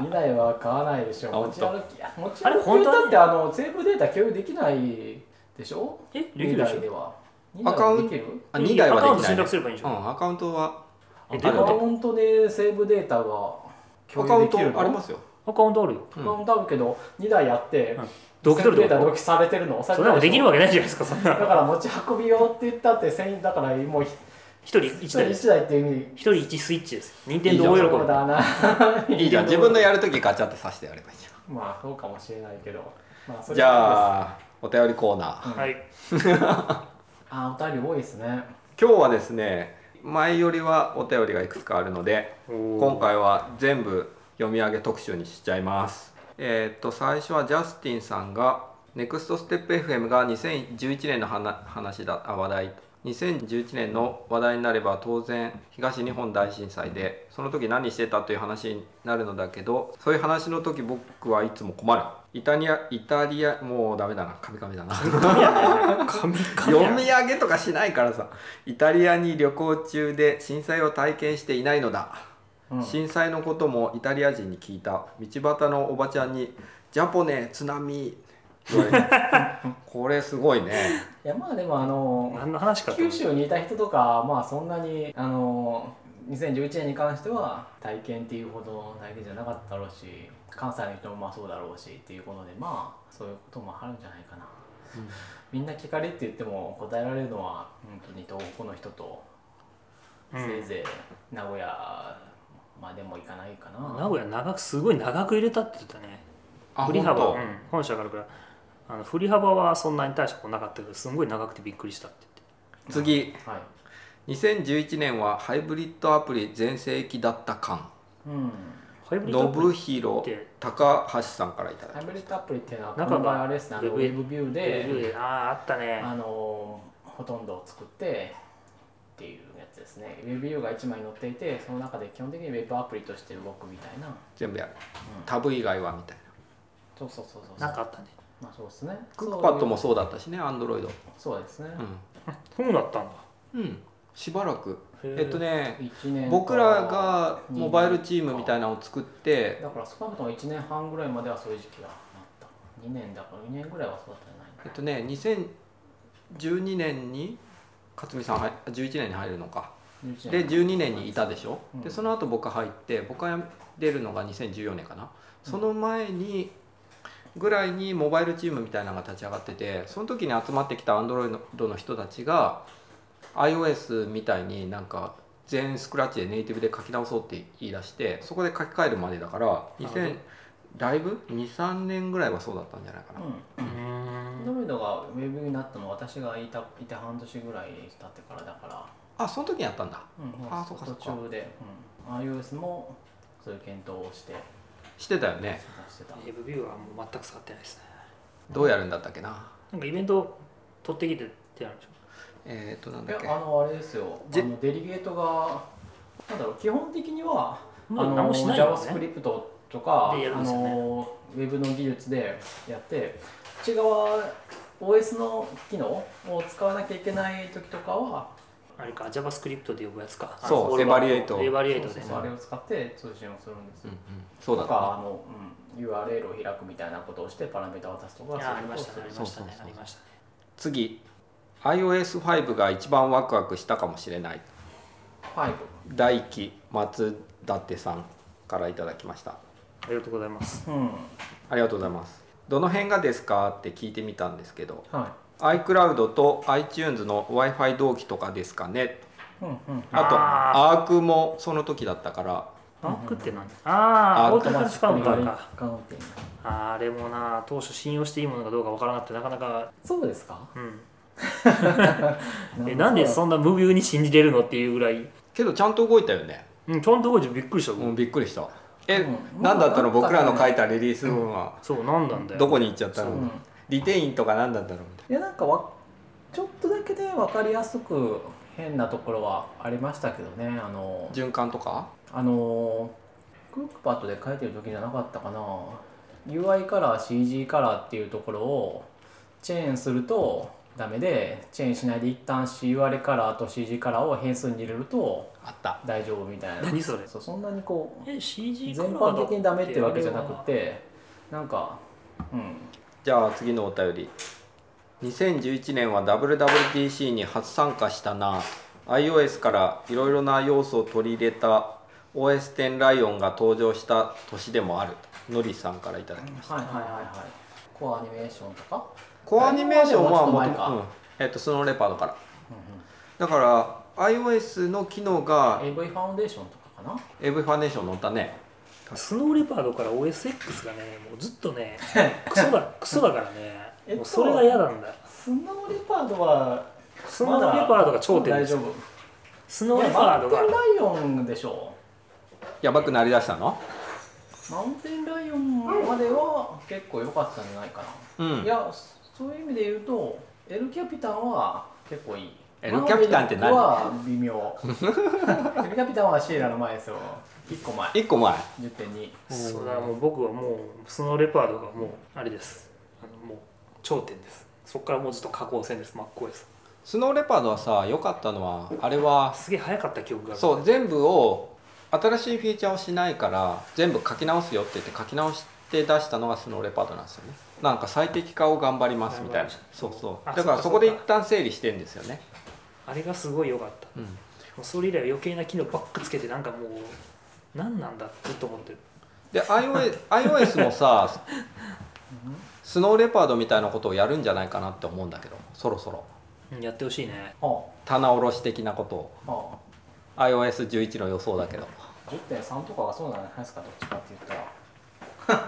B: 2台は買わないでしょ
A: あ本
B: 持ち
A: 当
B: 歩きいや持ち
C: あれ
B: 歩き
C: 本当
B: だ
C: に
B: ってあのセーブデータ共有できないでしょ
C: えでき
B: 2
C: るでし
B: 台
C: ょ
B: では
A: アカウン
B: 二台できる
A: あ2台は
C: アカウン
A: で
C: ト
A: きないね
C: 侵略すればいいんでし
A: う
C: ょ、
A: んアカウントは
C: え
B: ア
C: どういう
B: カ
C: こ
B: ウントでセーブデータが
A: アカ
B: 共
A: ウ
B: 有
A: ン
B: できるの
A: トありますよ
C: とアカウントあるよ
A: う
B: ア
A: ん
B: カウントあるけど2台やって
C: うん同期取
B: セーブデ
C: るって
B: ータ
C: こ
B: 同期されてるの
C: と
B: さ
C: そ
B: れ
C: ん
B: て
C: な
B: る
C: もん
B: でしょ
C: できるわけないじゃないですかそんな
B: だから持ち運び用って言ったってせんだからもう一
C: 一人一
B: 人
C: 台
B: 一台っていう意味
C: 一人一スイッチです任
A: いい
C: 天
A: じゃん
C: 堂大喜
B: そうだな
A: いいじゃん自分のやるときガチャってさしてやればいいじゃ
B: まあそうかもしれないけど、まあ、
A: ん
B: それ
A: じゃあお便りコーナー
C: びはい
B: ああお便り多いですね
A: 今日はですね前よりはお便りがいくつかあるので今
C: 今
A: 回は全部読み上げ特集にしちゃいますえーっと最初はジャスティンさんが「ネクストステップ FM が2011年の話話だあ話題2011年の話題になれば当然東日本大震災でその時何してたという話になるのだけどそういう話の時僕はいつも困るイタリアイタリアもうダメだなカミカミだな
C: 神
A: 読み上げとかしないからさイタリアに旅行中で震災を体験していないのだ、
B: うん
A: 震災のこともイタリア人に聞いた道端のおばちゃんに「ジャポネ津波」言われたこれすごいね
B: いやまあでもあの
C: 何の話かと
B: 九州にいた人とかまあそんなにあの2011年に関しては体験っていうほどの体験じゃなかったろうし関西の人もまあそうだろうしっていうことでまあそういうこともあるんじゃないかな、みんな聞かれって言っても答えられるのは本当に東北の人と、
C: うん
B: せいぜい名古屋までも行かないかな
C: 名古屋長くすごい長く入れたって言ってたね
A: あ
C: 振り幅、
A: 本
C: うん本社があるからあの振り幅はそんなに大したことなかったけどすんごい長くてびっくりしたって
A: 当次
B: はい
A: 2011年はハイブリッドアプリ全盛期だった感
B: うん
C: 言ってハイブリッドアプ
A: 信弘高橋さんからいただ
B: ハイ
A: き
B: ブリッドアプリっていうのはこ
C: なんか
B: の場合あれですねあの
C: ウ
B: ウ
C: ェ
B: ェ
C: ブ
B: ブビュー
C: リ
B: で
C: レビューあああったね
B: あのほとんどを作ってっていうやつですねウェブビューが1枚載っていてその中で基本的にウェブアプリとして動くみたいな
A: 全部やるタブ以外はみたいな
B: そうそうそうそう
C: なんかあったね
B: まあそうですね
A: クックパッドも
B: そう
A: そうだったしねアンドロイド
B: いうそうですね、
C: そうだったんだ
A: うん、うん、しばらく
C: へー
A: えっとね
B: 一年
A: 僕らがモバイルチームみたいなのを作って、
B: だから少なくとも1年半ぐらいまではそういう時期があった2年だから2年ぐらいはそうだったんじゃない
A: えっとね、2012年に勝美さん入11年に入るのか
B: 11
A: で
B: 年
A: 12年にいたでしょ、
B: うん
A: でその後僕入って僕が出るのが2014年かなその前にぐらいにモバイルチームみたいなのが立ち上がっててその時に集まってきたアンドロイドの人たちが iOS みたいになんか全スクラッチでネイティブで書き直そうって言い出してそこで書き換えるまでだから
B: なる
A: 2000だいぶ23年ぐらいはそうだったんじゃないかな、
B: うん
C: うー
B: アン
C: ん
B: ドロイドがウェブになったのは私がいたいて半年ぐらい経ってからだから、
A: あその時にやったんだ
B: うん、
A: あーそっかそっか
B: 途中で、うん、iOS もそういう検討をして
A: してたよね
B: 出してた
C: ウェブビューはもう全く使ってないですね
A: どうやるんだったっけな
C: なんかイベント取ってきてってやるんでしょ
A: えっ、ー、となん
B: い
A: だ
B: や
A: っけ
B: あのあれですよあ
A: じ
B: のデリゲートがなんだろう基本的には、
C: まあ
B: あ
C: 何
B: の
C: もしないよね
B: JavaScript とか、
C: でやるん
B: あ
C: ですよね
B: のウェブの技術でやってこっち側 OS の機能を使わなきゃいけない時とかは
C: あれか JavaScript で呼ぶやつかあの
A: そう
C: フォル
A: エ
C: ダーの
A: バリエイト
C: エバリエイト
B: そう
C: で
B: そうそうあれを使って通信をするんです
A: うん
B: よ
A: うん、そうだ
B: と
A: っ
B: か
A: た、
B: あの、うん、URL を開くみたいなことをしてパラメータを足すとか
C: いやありましたねあり
B: ね
C: ましたね
A: そうそうそう
C: ありましたね
A: 次 iOS5 が一番ワクワクしたかもしれない
B: 5
A: 大輝松舘さんからいただきました
C: ありがとうございます
B: うん
A: ありがとうございますどの辺がですかって聞いてみたんですけど
B: は
A: iCloud と iTunes の w i f i 同期とかですかね
B: いうんうん
A: あと
C: あ
A: アークもその時だったから
C: バックって何ああ
A: あ
C: オートマチックカウンターか
B: カウンティング
C: あれもな当初信用していいものかどうかわからなくてなかなか
B: そうですか
C: うんえなんで
B: そ
C: そんな無病に信じれるのっていうぐらい、
A: けどちゃんと動いたよね
C: うん、ちゃんとこいびっくりした、
A: もうびっくりしたえ、
B: うん
A: なんだったの
B: うん
A: 僕らの書いたリリース文は
C: そうなんなんだよ
A: どこに行っちゃったの、
B: うん
A: リテインとか何なんだろうみたい
B: いやなんかわちょっとだけで分かりやすく変なところはありましたけどねあの
A: な循環とか
B: あのクックパッドで書いてる時じゃなかったかな UI カラー CG カラーっていうところをチェーンするとダメでチェーンしないで一旦 C 割れカラーと CG カラーを変数に入れると
A: あった
B: 大丈夫みたいな
C: 何それ
B: そうそんなにこう
C: え CG カラ
B: 全
C: ーだ
B: 般的にダメってわけじゃなくてなんかうん
A: じゃあ次のお便り2011年は WWDC に初参加したな iOS からいろいろな要素を取り入れた OS10 ライオンが登場した年でもあるのりさんからいただきました
B: はいはいはいはいコアアニメーションとか
A: コアアニメーションはも
B: あれ
A: と
B: はちょっと前か
A: うんえっとスノーレパードからだから iOS の機能が
B: AV ファウンデーションとかかな
A: AV ファンデーション乗ったね
C: スノーレパードから OSX がねもうずっと
B: [laughs]
C: ねクソだクソだから
B: えっ
C: ね
B: と
C: もうそれが嫌なんだよ
B: スノーレパードは
C: スノーレパードが頂点
B: 大
C: です
B: 丈
C: よ
B: 夫
C: スノー
B: い
C: レ
B: や
C: パ
B: マウ
C: ード
B: ンテ
C: が
B: ンライオンでしょ
A: やばくなりだしたの
B: マウンテンライオンまでは結構良かったんじゃないかな、
A: うん
B: いやそういう意味で言うとエルキャピタンは結構いい
A: エルキャピタンって何
B: マーベリックは微
C: [laughs]
B: 妙エルキャピタンはシーラの前ですよ1個前
A: 1個前
B: 10.2
C: そうだからもう僕はもうスノーレパードがもうあれですあのもう頂点ですそこからもうずっと下降線です真っ向です
A: スノーレパードはさ良かったのはあれは
C: すげえ早かった記憶がある
A: そう全部を新しいフィーチャーをしないから全部書き直すよって言って書き直して出したのがスノーレパードなんですよねなんか最適化を頑張りますみたいな
C: 頑張ります
A: そうそう
C: あ
A: だからそ
C: そっかそっか
A: こで一旦整理してんですよね
C: あれがすごい良かった
A: うん
C: もうそれ以来は余計な機能ばっかつけてなんかもう何なんだってずっと思ってる
A: で iOS, iOS もさスノーレパードみたいなことをやるんじゃないかなって思うんだけどそろそろ
C: うんやってほしいね
B: は
A: 棚卸し的なことを
B: あは
A: iOS11 の予想だけど
B: あ10.3とかがそうなんじゃないですかどっちかって言ったら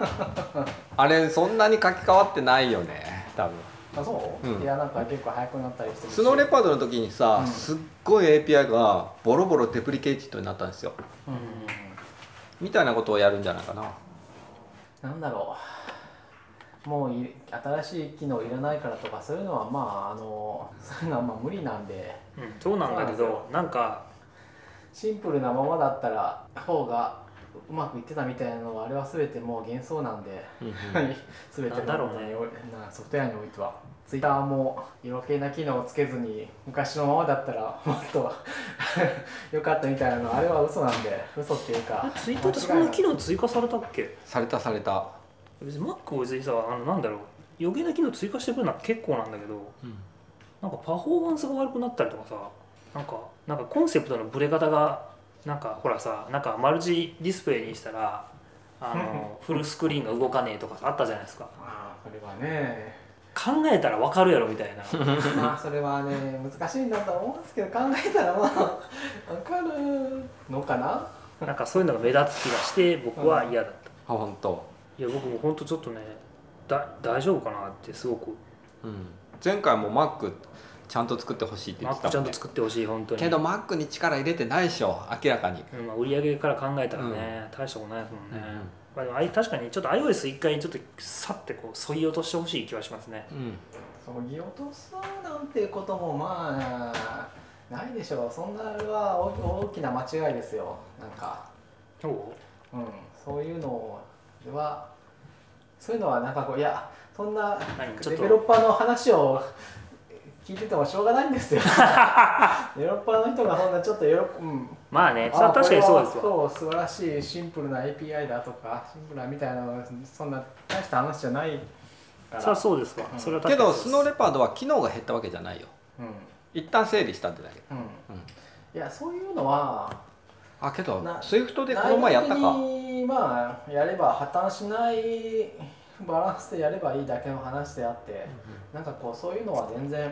A: あれそんなに書き換わってないよね多分
B: あそう、
A: うん
B: いやなんか結構早くなったりしてるし
A: スノーレパードの時にさ、
B: うん
A: すっごい API がボロボロデプリケイティッドになったんですよ
B: うん
A: みたいなことをやるんじゃないかな
B: なんだろうもうい新しい機能いらないからとかそういうのはまああのそういうのはまあ無理なんで
C: うんそうなんだけ
B: そうなん
C: どなんか
B: シンプルなままだったら方がうまくいってたみたいなのはあれは全てもう幻想なんで、
A: うんうん
B: 全ての
C: なんだろうね
B: なソフトウェアにおいてはツイッターも色系な機能をつけずに昔のままだったらもっと [laughs] 良かったみたいなのあれは嘘なんで嘘っていうか
C: ツイッターってそんな機能追加されたっけ
A: されたされた、
C: 別に Mac を別にさあのなんだろう余計な機能追加してくるのは結構なんだけどなんかパフォーマンスが悪くなったりとかさなんかなんかコンセプトのブレ方がなんかほらさなんかマルチディスプレイにしたら
A: [laughs]
C: あのフルスクリーンが動かねえとかさあったじゃないですか
B: まあそれは
C: [laughs]
B: ね
C: 考えたらわかるやろみたいな
A: [laughs]
B: まあそれはね難しいんだと思うんですけど考えたらまあ分かるのかな
C: なんかそういうのが目立つ気がして僕は嫌だった
A: あ本当。
C: いや僕も本当ちょっとねだ大丈夫かなってすごく
A: うん、前回も Mac ちゃんと作ってほしいって言って
C: ッ
A: た
C: ちゃ
A: も
C: ん
A: ん、ね
C: と、作ってほしい本当に
A: けど Mac に力入れてないでしょ明らかに、
C: うんまあ、売り上げから考えたらね、大したことないですもんね、
A: うん
C: まあ、でもあい確かにちょっと iOS 一回ちょっとさってこう削ぎ落としてほしい気はしますね
A: うん、
B: そぎ落とすなんていうこともまあないでしょうそんなあれは大大きな間違いですよなんか、
C: そ
B: うん、そういうのはそういうのはなんかこういやそんな
C: う何ちょっ
B: デ
C: と
B: ベロッパーの話を聞いててもしょうがないんですよ [laughs] デベロッパーの人がそんなちょっとよろ、うん、
C: まあね
B: あ
C: さ確かにそうです
B: これ
C: わ
B: はそう素晴らしいシンプルな API だとかシンプルなみたいなのそんな大した話じゃないから
C: それはそうですわ、
B: うん
C: それは
A: け
C: 確かに
A: ど
C: そう
A: ス
C: です
A: ノーレパードは機能が減ったわけじゃないよ
B: うん
A: 一旦整理したってだけ
B: うん
A: うん
B: いやそういうのは
A: あけど
B: な
A: SWIFT でこの前やった
B: 内容
A: か
B: 的にまあやれば破綻しないバランスでやればいいだけの話であって、なんかこうそういうのは全然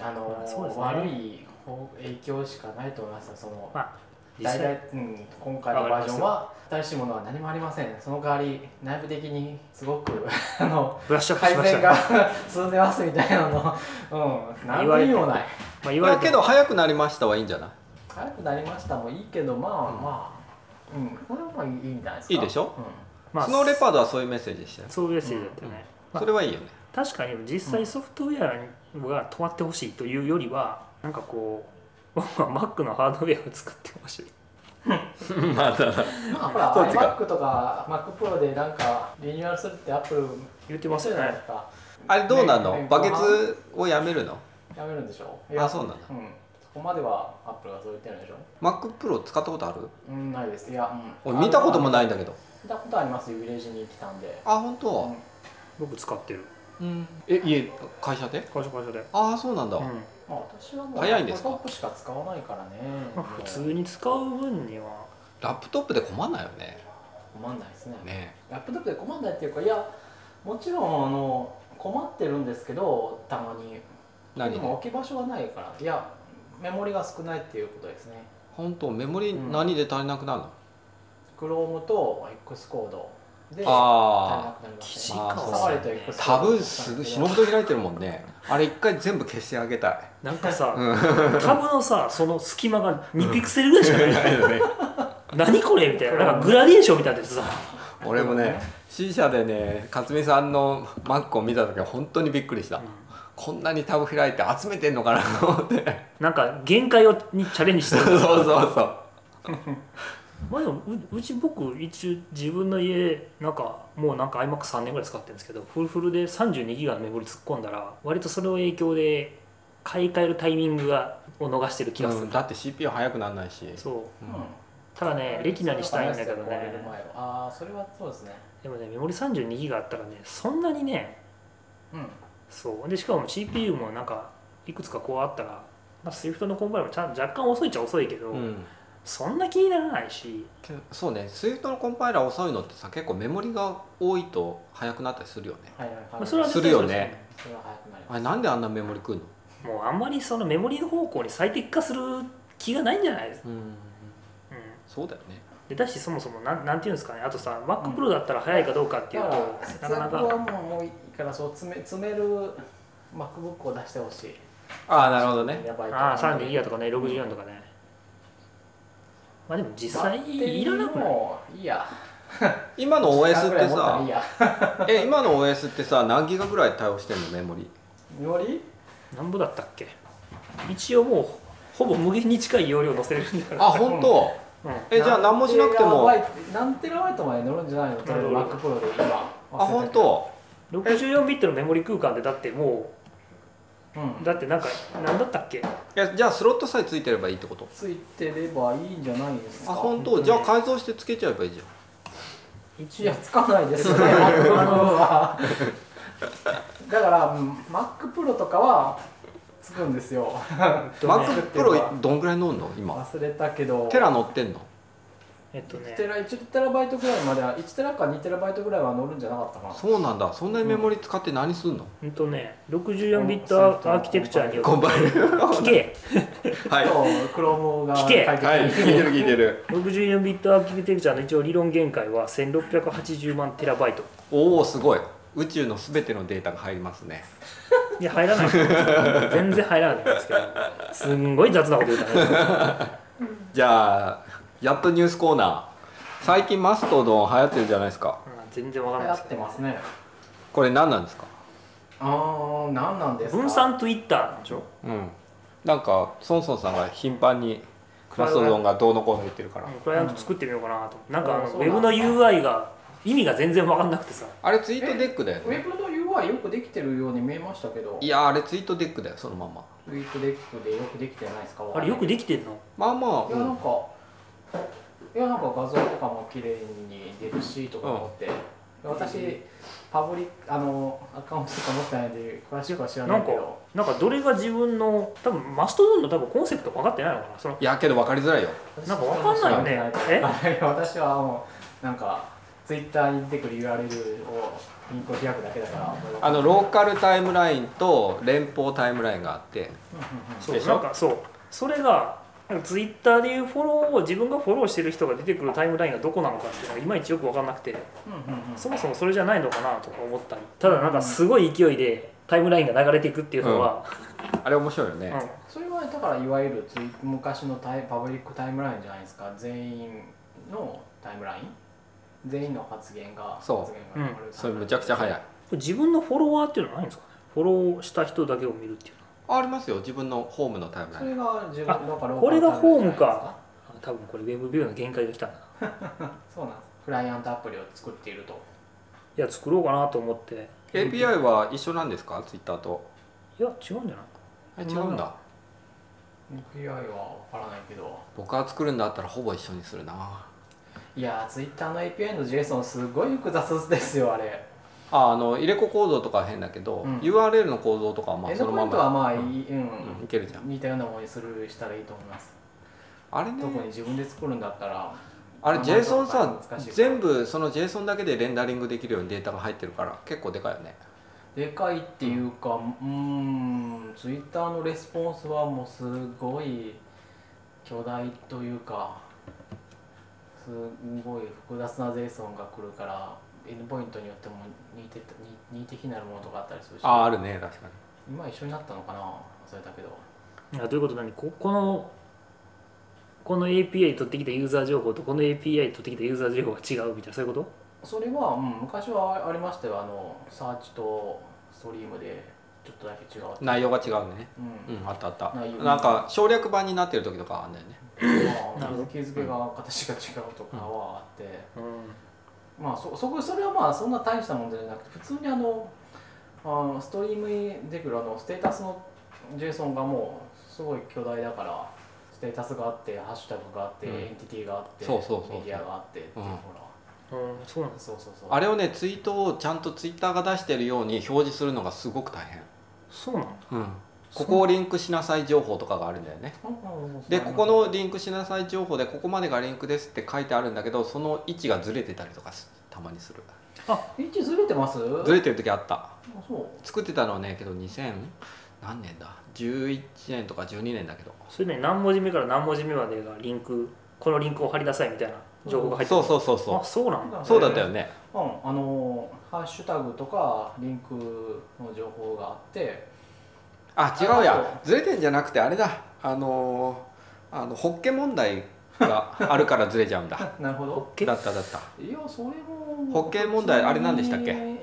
B: あの、
C: まあそうですね
B: 悪い方影響しかないと思いますよその
C: まあ実
B: 大
C: 際
B: 体、うん、今回のバージョンは新しいものは何もありませんその代わり内部的にすごく [laughs] あの
C: ブラッシュアッ
B: 改
C: プしまし
B: 善
C: た
B: が [laughs]
C: ね、
B: 進んでますみたいなのうん何の意味もない
C: まあ、言
A: ま
C: われ
A: あ
C: て
A: け
C: も
A: ど早くなりましたはいいんじゃない
B: 早くなりましたもいいけどまあまあうんこれはまあいいんじゃないですか
A: いいでしょ、
C: まあ
A: スノーレパードはそういうメッセージでしたよ
C: そういうメッセージだったよね、まあ
A: それはいいよね
C: 確かに実際ソフトウェアが止まってほしいというよりはなんかこう僕は Mac のハードウェアを作ってほしい
A: まあ
B: うん、まあほら
A: どっちが
B: iMac とか MacPro でなんかリニューアルするってアップル
C: 言ってますよ
B: じゃない
C: ね
B: ですか
A: あれどうなんの
B: ね
A: バケツをやめるの
B: やめるんでしょいや
A: あそうなんだ
B: うんそこまではアップルがそう言ってるんでしょ
A: MacPro 使ったことある
B: うんないですいや、うん、
A: 俺見たことも
B: い
A: ないんだけど
B: 見たことありますよビレージに来たんで
A: あ本
B: う
A: 当
B: ん
C: 僕使ってる
A: うんえ家会社で
C: 会社会社で、
A: ああそうなんだ、
C: うん
B: まあ、私はもう
A: 早いんですか
B: ラップトップしか使わないからね
C: まあ、普通に使う分には
A: ラップトップで困んないよね
B: 困んないですね
A: ね
B: ラップトップで困んないっていうかいやもちろんあの困ってるんですけどたまに
A: 何
B: で
A: で
B: も置き場所がないからいやメモリが少ないっていうことですね
A: 本当メモリ
B: うん
A: 何で足りなくなるの、
B: Chrome と X コードで足りな
A: ああ
B: くなりま
C: 記
B: す
C: 事
B: ね
A: まあ
C: 化
A: そう
C: をさ
B: 触れといく
A: 多分すぐ死ぬほど開いてるもんねあれ一回全部消してあげたい
C: なんかさ、
A: うん
C: タブのさその隙間が2ピクセルぐらいしかない、
A: ね
C: 何これみたいななんかグラデーションみたいなやつさ
A: 俺もね C 社でね勝美さんの Mac を見た時は本当にびっくりした、こんなにタブ開いて集めてんのかなと思って
C: なんか限界をにチャレンジして
A: [laughs] そう
C: る
A: そうそう
C: まあでもううち僕一応自分の家なんかもうなんか iMac3 年ぐらい使ってるんですけどフルフルで32ギガのメモリ突っ込んだら割とその影響で買い替えるタイミングがを逃してる気がする、
A: うんだって CPU 速くならないし、
C: そう
A: うん
C: ただねレキナにしたいんだけどね
B: ああそれはそうですね
C: でもねメモリ32ギガあったらねそんなにね
B: うん
C: そうでしかも CPU もなんかいくつかこうあったら、まあ、Swift のコンパイルもちゃん若干遅いっちゃ遅いけど、
A: うん
C: そんな気にならないし
A: けどそうね Swift のコンパイラー遅いのってさ結構メモリが多いと速くなったりするよね
B: はいはいは
C: まあ
B: い
C: それは
A: す
C: 絶
A: るよ
C: 対そうです
A: ね
B: それは早くなり
A: あ
B: ます
A: れなんであんなメモリ食うの、
C: もうあんまりそのメモリの方向に最適化する気がないんじゃないですか、
A: うん、
C: うん、
A: そうだよね
C: でだしそもそもなんなんていうんですかねあとさ MacPro だったら早いかどうかっていうと、
B: だから
C: な
B: 節
C: かな
B: 約はも
C: か
B: うもういいからそう詰め詰める MacBook を出してほしい
A: ああなるほどね
B: やばいと思う
C: ああ32ギガとかね64とかねまあでも実際いらなくない
B: もういいや
A: 今の OS
B: ぐ
A: っ
B: らい
A: て
B: 持たらいい
A: さ
B: や
A: え今の OS ってさ何ギガぐらい対応してんのメモリ
B: より
C: なんぼだったっけ一応もうほぼ無限に近い容量載せれるんだから
A: あ本当えじゃあ何もしなくてもあ
B: 何テラバイトまで乗るんじゃないのとりあえず
C: 乗
B: MacPro で今
A: 本当
C: うん、64ビットのメモリ空間でだっても
B: うん
C: うだってなんか何だったっけ
A: いやじゃあスロットさえついてればいいってこと
B: ついてればいいんじゃないです
A: あ
B: か
A: 本当じゃあ改造してつけちゃえばいいじゃん
B: い
C: 一
B: やつかないですね MacBook はだからうん MacPro とかはつくんですよ
C: マ
B: ック
A: MacPro どんぐらい乗んの今
B: 忘れたけど
A: テラ乗ってんの
C: えっとね
B: テラ1テラバイトぐらいまでは1テラか2テラバイトぐらいは乗るんじゃなかったかな
A: そうなんだそんなにメモリ使って何すんの、
C: うんとね64ビットアーキテクチャによって
A: コンパイル [laughs]
C: 聞け
A: はい
B: そうクロームが
C: 聞け
B: 解決
A: はい聞いてる聞いてる
C: 64ビットアーキテクチャの一応理論限界は1680万テラバイト
A: おおすごい宇宙のすべてのデータが入りますね
C: いや入らない全然入らないんですけどすんごい雑なこと言うたね [laughs]
A: じゃあやっとニュースコーナー最近マストドン流行ってるじゃないですか
C: うん全然わかん
B: 流
C: な
B: 行
C: いです
B: っ
C: け
B: て
C: ど
B: ますね
A: これ何なんですか
B: ああ何なんですか
C: 分散 Twitter でしょ
A: うんなんかソンソンさんが頻繁にマストドンがどうのこうの言ってるから
C: うんクライアント作ってみようかなとなんかあの
B: あそ
C: ウ
B: うなんだ
C: ェブの UI が意味が全然わかんなくてさ
A: あれツイートデックだよ
B: ウ
A: ね
B: ェブの UI よくできてるように見えましたけど
A: いやあれツイートデックだよそのまま
B: ウィークデックでよくできてないですか
C: あれよくできてんの
A: まあまあ、
B: いや
A: う
B: なん
A: ん、
B: かいやなんか画像とかも綺麗に出るしとか思って、私パブリックあのアカウントとか持ってないんで詳しくは知らないけど
C: なんかどれが自分の多分マストドンの多分コンセプト分かってないのかなその
A: いやけど分かりづらいよ
C: なんかわかんないよね
B: 私は知らないから私はもうなんかツイッターに出てくる URL をリンクを開くだけだから
A: あのローカルタイムラインと連邦タイムラインがあって
B: うんうんうん
C: そう
A: でしょ
C: なんかそうそれがなんかツイッターでいうフォローを自分がフォローしてる人が出てくるタイムラインがどこなのかっていうのがいまいちよく分かんなくて
B: うんうんうん
C: そもそもそれじゃないのかなとか思ったりただなんかすごい勢いでタイムラインが流れていくっていうのは、
A: あれ面白いよ
C: うん
A: ね、
B: それはだからいわゆるツイ昔のタイパブリックタイムラインじゃないですか全員のタイムライン全員の発言が
A: そう
B: 発言が
C: う
A: それむちゃくちゃ早い
C: 自分のフォロワーっていうのはないんですかねフォローした人だけを見るっていうの
A: あありますよ自分のホームのタイムラ
B: そ
A: イン
B: れが自分
C: あ
B: だから
C: これがホームかは多分これウェブビューの限界が来たんだな
B: そうなんですクライアントアプリを作っていると
C: いや作ろうかなと思って
A: API は一緒なんですかツイッターと
C: いや違うんじゃない
A: あ違うんだ
B: API は分からないけど
A: 僕が作るんだったらほぼ一緒にするない
B: やー Twitter の API の JSON すごい複雑ですよあれ
A: ああの入れ子構造とかは変だけど、
B: うん
A: URL の構造とかはま
B: エ
A: あ
B: ンド
A: その
B: ポイ
A: ま
B: ントは
A: ま
B: まあいい、
A: う
B: うんん
A: うんいけるじゃん
B: 似たようなものにするしたらいいと思います、
A: あれね
B: 特に自分で作るんだったら
A: あれ
B: まあ
A: JSON
B: ま
A: さ
B: あ難しいから
A: 全部その JSON だけでレンダリングできるようにデータが入ってるから結構でかいよね
B: でかいっていうかうーん Twitter のレスポンスはもうすごい巨大というかすごい複雑な JSON が来るからエンドポイントによっても似てた似似て非なるものとかあったりするし
A: あああるね確かに
B: 今一緒になったのかな忘れたけど
C: いやどういうことなにここのこの API 取ってきたユーザー情報とこの API 取ってきたユーザー情報が違うみたいなそういうこ
B: それは、うん、昔はありましたよあのサーチとストリームでちょっとだけ違うって
A: 内容が違うんだね
B: うん
A: うんあったあった
B: 内容
A: なんか省略版になってる時とかあるんだよね
C: な
B: ま
C: るほど
B: あ、気づけが形が違うとかはあって、
C: と、
B: まあそそこそれはまあそんな大したもんじゃなくて普通にあのあのストリームにできるあのステータスの JSON がもうすごい巨大だからステータスがあってハッシュタグがあって、
A: うん
B: エンティティがあって
A: そうそうそうそう
B: メディアがあってっていう、
A: うん
B: ほら
C: うんうん、そうなんです
B: そうそうそう
A: あれをねツイートをちゃんとツイッターが出してるように表示するのがすごく大変、
C: そうなんだ
A: うん、ここをリンクしなさい情報とかがあるんだよね
B: うんうんうんそう
A: でここのリンクしなさい情報でここまでがリンクですって書いてあるんだけどその位置がずれてたりとかすたまにする
B: 位置ずれてます
A: ずれてる時あった
B: あそう
A: 作ってたのはねけど2000何年だ11年とか12年だけど
C: それね何文字目から何文字目までがリンクこのリンクを貼りなさいみたいな情報が入って
A: そう
C: う
A: そうそうそ
C: あそうなんだ
A: うそうだったよね
B: うん、あのハッシュタグとかリンクの情報があって [laughs]
A: あ違うやずれてんじゃなくてあれだあのーあのホッケ問題があるからずれちゃうんだ
B: なるほど
A: だっただった
B: いやそれも
A: 保険問題あれ何でしたっけ
B: うん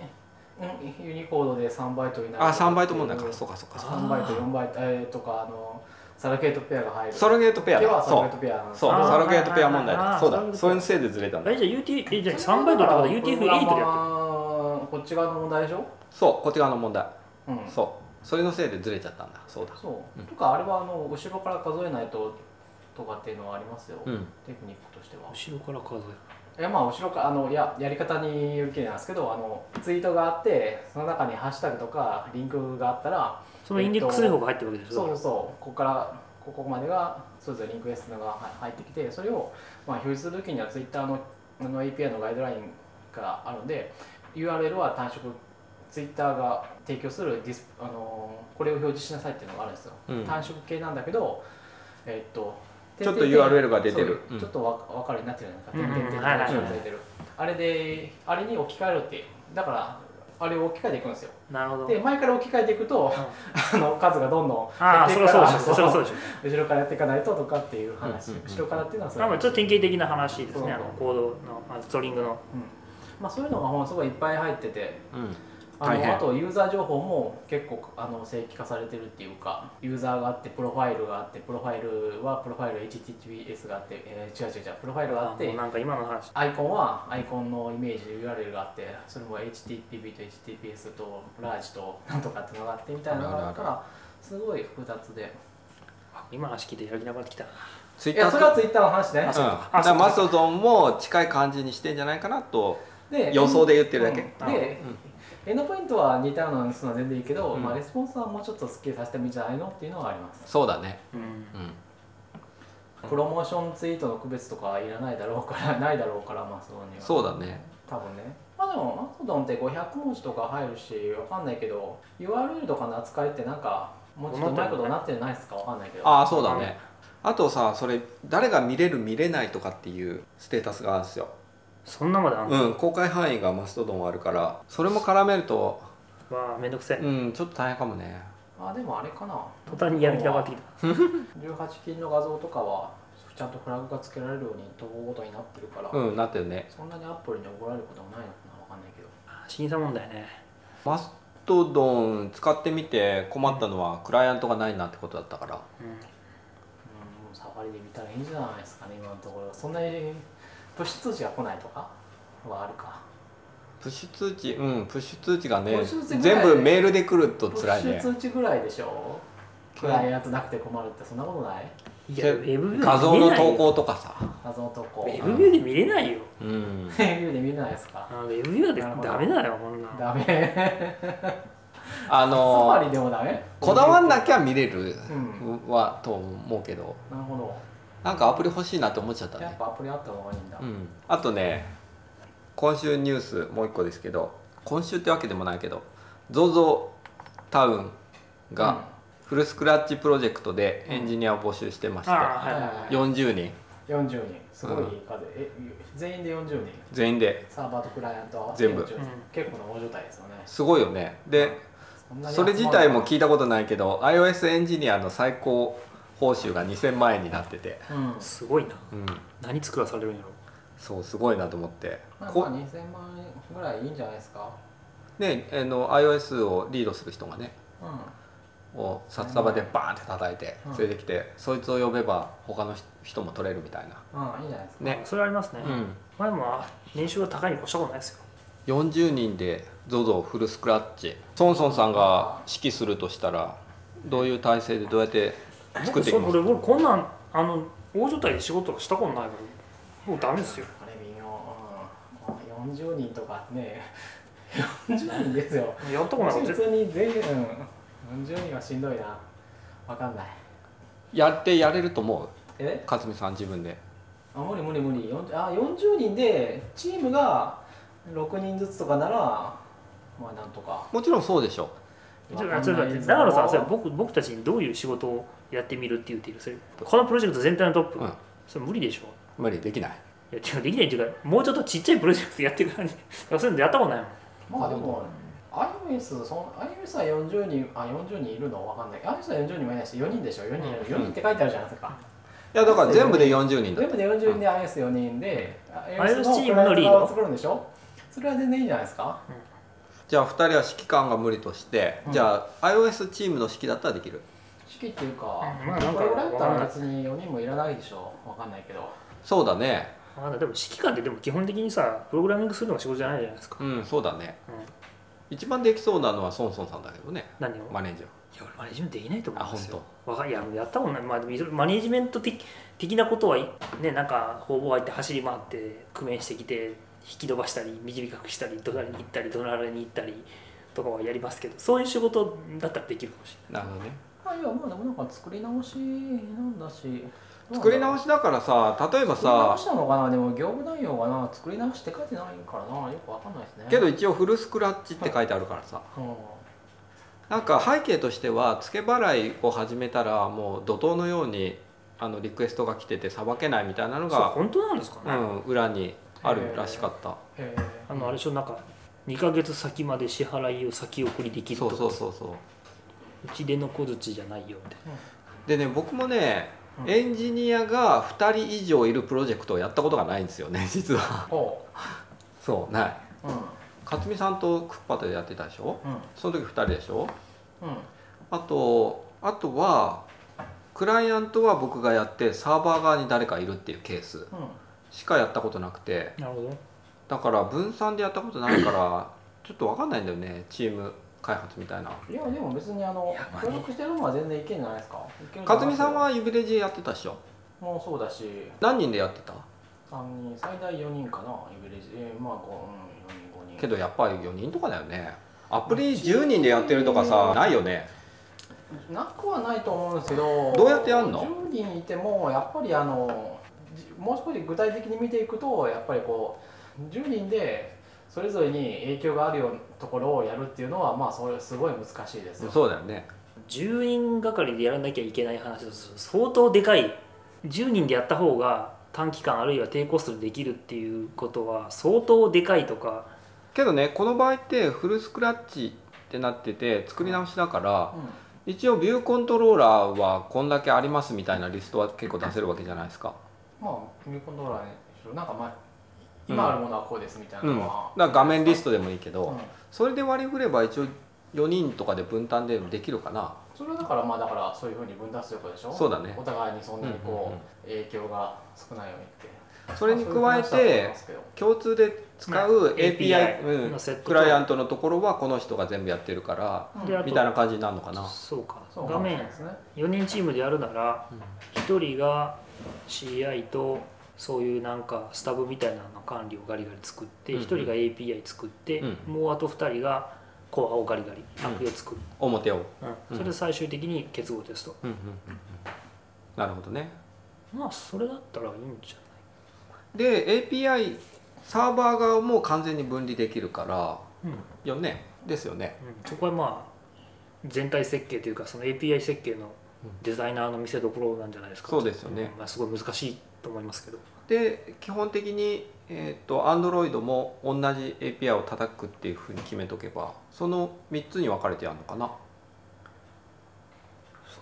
B: ユニコードで3バイトになる
A: あ三3倍と思うんだから
B: 3
A: そうかそうかそうか
B: バイト4バイト、えー、とかあのサラケートペアが入る
A: ソロゲートペア
B: では
A: だ
B: サラ
A: そ
B: ケ
A: う
B: ートペアなんです
A: そう
B: よ
C: あー
A: サロゲートペア問題
C: あ
A: だ
C: ー
A: そう
C: そういうこ
A: だ
C: と
A: それのせいでずれたんだ
C: えじゃあ UT えじゃあ3倍取ったから UTF8 でやってる
B: るこっち側の問題でしょ
A: そうこっち側の問題
B: うん
A: そうそれのせいでずれちゃったんだそうだ
B: そう、
A: うん
B: とかあれはあの後ろから数えないととかっていうのはありますよ、
A: うん
B: テクニックとしては
C: 後ろから数
B: いやまあ後ろからあのいややり方によるけりなんですけどあのツイートがあってその中にハッシュタグとかリンクがあったら
C: えそのインデックス情報が入ってるわけです
B: そうそ
C: よ
B: うそうここからここまでがそれぞれリンクエストがはい入ってきてそれをまあ表示するときにはツイッターのあの API のガイドラインがあるので URL は単色ツイッターが提供するディスあのこれを表示しなさいっていうのがあるんですよ、
A: うん
B: 単色系なんだけどえっと
A: ちょっと
B: てんてんてん
A: URL が出てる
B: そ
A: う
B: う
A: ん
B: ちょっとわ分かるようになってるじゃ
C: うんうん
B: ないですか、
C: はいはい
A: はい
B: 出てるあれであれに置き換えるってだからあれを置き換えていくんですよ
C: なるほど
B: で前から置き換えていくと、あの数がどんどん減っ
C: ああ
B: てい
C: そ
B: く
C: りゃ
B: から
C: そうでしょそりゃそうでしょ
B: 後ろからやっていかないととかっていう
A: う
B: 話、
A: んうんうん
B: 後ろからっていうのはそ
C: まあまあちょっと典型的な話です
B: そう
C: ね
B: そう
C: あのコードのあのストリングの
B: うんまあ、そういうのがもうすごいいっぱい入ってて
A: うん
B: あ
A: 大変
B: のあとユーザー情報も結構あの正規化されてるっていうかユーザーがあってプロファイルがあってプロファイルはプロファイル HTTPS があって、えー違う違う違うプロファイルがあ
C: あ
B: って
C: もうなんか今の話
B: アイコンはアイコンのイメージで URL があってそれも HTTP と HTTPS とラージとなんとかってのがあってみたいなのがあるからすごい複雑で
C: 今の話聞いてやる気なくなってきたない
A: ツイッ
B: い
A: タ
B: や
A: ー
B: そ
A: と
B: れはツイッターの話ね
A: うん、だ
C: か
A: か
C: あそ
A: ら
C: うか
A: マストドンも近い感じにしてんじゃないかなと
B: で
A: 予想で言ってるだけ、
B: うんで、エンドポイントは似たようなのするのは全然いいけど、
A: うん
B: まあ、レスポンスはもうちょっとスッキリさせてもいいんじゃないのっていうのはあります
A: そうだね
C: うん
A: うん
B: プロモーションツイートの区別とかいらないだろうからないだろうからまあそうには
A: そうだね
B: 多分ねまあでもマストドンって500文字とか入るしわかんないけど URL とかの扱いってなんかもうちょっとうまいことなってないですかわかんないけど
A: ああそうだねあとさそれ誰が見れる見れないとかっていうステータスがあるんですよ
C: そんなまであんの
A: うん公開範囲がマストドンあるからそれも絡めると
C: わあめんどくさい
A: うんちょっと大変かもね
B: あでもあれかな
C: 途端にやる気なくなってきた
B: 18金の画像とかはちゃんとフラグがつけられるように統合ごとになってるから、
A: うんなってるね
B: そんなにアップルに怒られることもないのかなわかんないけど
C: 審査問題ね
A: マストドン使ってみて困ったのはクライアントがないなってことだったから
C: うん
B: うんもうサファリで見たらいいんじゃないですかね今のところそんなにプッシュ通知が来ないとかはあるか
A: プッシュ通知うんプッシュ通知がね
B: プッシュ通知ぐらい
A: 全部メールで来ると
B: プ
A: 辛
B: ッ
A: い
B: シュ
A: ね
B: 通知ぐらいでしょクライアントなくて困るってそんなことない
C: いやウェブビューで見れないよ
A: 画像の投稿とかさ、
B: 謎のとこ
C: ウ
B: レビ
C: ェブビューで見れないよ
A: うん、
B: ューで見れないですか
C: あのウェブビューだってダメだよこんなん
B: ダメ
A: あ
B: サファ
A: の
B: リでもダメ
A: こだわんなきゃ見れる
B: うん
A: はと思うけど
B: なるほ
A: なんかアプリ欲しいなって思っちゃった
B: どやっ
A: ね、
B: ぱアプリあった方がいいんだ
A: うん、あとね今週ニュースもう一個ですけど今週ってわけでもないけど ZOZO タウンがフルスクラッチプロジェクトでエンジニアを募集してまして、
C: ああはいはいはい
A: 40人
B: 40人すごい数え全員で40人
A: 全員で
B: サーバーとクライアント合わせ
A: 全部
B: 40人
C: うん
B: 結構な大所帯ですよね
A: すごいよねで
B: んなに集
A: そ
B: まる
A: れ自体も聞いたことないけど iOS エンジニアの最高報酬が2000万円になってて、
B: うん
C: すごいな
A: うん、
C: 何作らされるんやろ
A: そうすごいなと思って
B: なんか
A: こ
B: 2000万円ぐらいいいんじゃないですか
A: ねあの iOS をリードする人がね
B: う
A: を札束でバーンって叩いて
B: うん
A: 連れてきてそいつを呼べば他の人も取れるみたいな、
B: んうんいいんじゃないですか
A: ね
C: それありますね、
A: うん、
C: まあでも年収が高いに越したことないですよ
A: 40人で ZOZO フルスクラッチソンソンさんが指揮するとしたらどういう体制でどうやって作っていきま
C: 僕
A: す
C: それ俺こんなんあの大所帯で仕事したことないからもうダメですよ
B: あれ微妙、うん、40人とかね40人ですよ
C: やったことないから
B: 普
C: 絶
B: 通に全員、うん、40人はしんどいなわかんない
A: やってやれると思
B: え
A: う勝美さん自分で
B: あ無理無理無理40あ40人でチームが6人ずつとかならまあなんとか
A: もちろんそうでしょ
C: 対ちょっと待って長野さんそれ僕僕たちにどういう仕事をやってみるって言っているそれこのプロジェクト全体のトップ、
A: うん
C: それ無理でしょ
A: 無理できない
C: いやてかできないっていうかもうちょっとちっちゃいプロジェクトやってるからにそういうのやったことないもん
B: まあでも iOS, その iOS は40人あ40人いるのわかんない iOS は40人もいないし4人でしょ4人
A: うん
B: 4人って書いてあるじゃないですか、
A: いやだから全部で40人だ
B: 全部で40人で iOS4 人で
C: iOS チームのリ
B: クライアント
C: ード
B: 側を作るんでしょそれは全然いいんじゃないですか
A: じゃあ2人は指揮官が無理として、
B: うん
A: じゃあ iOS チームの指揮だったらできる
B: 式っていうか、
C: うんまあなんか
B: これぐらいだったら別に4人もいらないでしょわかんないけど
A: そうだね
C: あでも指揮官ってでも基本的にさプログラミングするのが仕事じゃないじゃないですか、
A: うんそうだね
C: うん、
A: 一番できそうなのはソンソンさんだけどね
C: 何を、
A: マネージャー
C: いや俺マネジメントできないと思うんです
A: あ
C: よわかいややったことない、まあ、でもいろいろマネジメント的的なことはいねなんか方々入って走り回って工面してきて引き伸ばしたり短くしたり怒鳴りに行ったり怒鳴られに行ったりとかはやりますけどそういう仕事だったらできるかもし
A: なるほどね
B: あいやまあでもなんか作り直しなんだし
A: 作り直
B: し
A: しだからさ例えば
B: 作り直
A: さ
B: したのかなでも業務内容がな作り直しって書いてないからなよくわかんないですね
A: けど一応フルスクラッチって書いてあるからさ
B: うん
A: なんか背景としては付け払いを始めたらもう怒涛のようにあのリクエストが来ててさばけないみたいなの
C: れないそう
A: が
C: 本当なんですか
A: う
C: ね、
A: ん裏にあるらしかった
B: へ
C: あのあれでしょなんか2ヶ月先まで支払いを先送りできると
A: そ
C: か
A: うそうそうそう
C: うちでの小槌じゃないよみたい
A: でね僕もね
B: うん
A: エンジニアが2人以上いるプロジェクトをやったことがないんですよね [laughs] 実は
B: ーほ
A: そうないう
B: うん
A: 勝美さんとクッパとやってたでしょ
B: うん
A: その時2人でしょ
B: うん
A: あとあとはクライアントは僕がやってサーバー側に誰かいるっていうケース
B: うん
A: しかやったことなくて
C: ななるほど
A: だから分散でやったことないから [clears throat] ちょっと分かんないんだよねチーム開発みたいない
B: やでも別にあの
C: いやまあね
B: 協力してるのは全然いけんじゃないですかいけると思
A: 勝美
B: います
A: さんはユビレジやってたでしょ
B: もうそうだし
A: 何人でやってた
B: 三人最大4人かなイベレージえーまあ5うん4人5人
A: けどやっぱり4人とかだよねアプリ10人でやってるとかさないよね
B: なくはないと思うんですけど
A: どうやってやんの
B: ?10 人いてもやっぱりあのじもう少し具体的に見ていくとやっぱりこう10人でそれぞれに影響があるようなところをやるっていうのはまあそれすごい難しいですよ。
A: そうだよね
C: 10人がかりでやらなきゃいけない話だと相当でかい10人でやった方が短期間あるいは低コストでできるっていうことは相当でかいとか
A: けどねこの場合ってフルスクラッチってなってて作り直しだから
B: う
A: 一応ビューコントローラーはこんだけありますみたいなリストは結構出せるわけじゃないですか
B: ん、まあ組みコントローラーにしろなんかまあ今あるものはこうですみたいな
A: うん、
B: の
A: だ
B: は
A: か、ら画面リストでもいいけ
B: う
A: ど
B: ん
A: それで割り振れば一応4人とかで分担でもできるかな
B: それはだからまあだからそういうふうに分断することでしょ
A: そうだね
B: お互いにそんなにこう,、
A: うんうんうん
B: 影響が少ないようにって
A: それに加え
B: まあそういう話だと思い
A: て
B: ますけど
A: 共通で使う
C: API
A: API、うん
C: のセットと
A: クライアントのところはこの人が全部やってるから
B: うん
C: であと
A: みたいな感じになるのかな、
C: そうか
B: そう
C: 画面
B: ですね
C: 4人チームでやるなら
A: うん
C: 1人が CI とそういうなんかスタブみたいなの管理をガリガリ作って
A: うん
C: 1人が API 作って
A: うん
C: もうあと2人がコアをガリガリ
A: うん
C: 悪用作る、
A: 表を、
C: うんそれで最終的に結合テスト
A: うんうんうんうんなるほどね
C: まあそれだったらいいんじ
A: で API サーバー側も完全に分離できるから
C: ゃない、うん
A: よねですよね
C: うんそこはまあ全体設計というかその API 設計のデザイナーの見せどころなんじゃないですか、
A: そうですよね
C: んまあ、すごい難しいと思いますけど、
A: で基本的にえっ、と Android も同じ API を叩くっていうふうに決めとけばその3つに分かれてやるのかな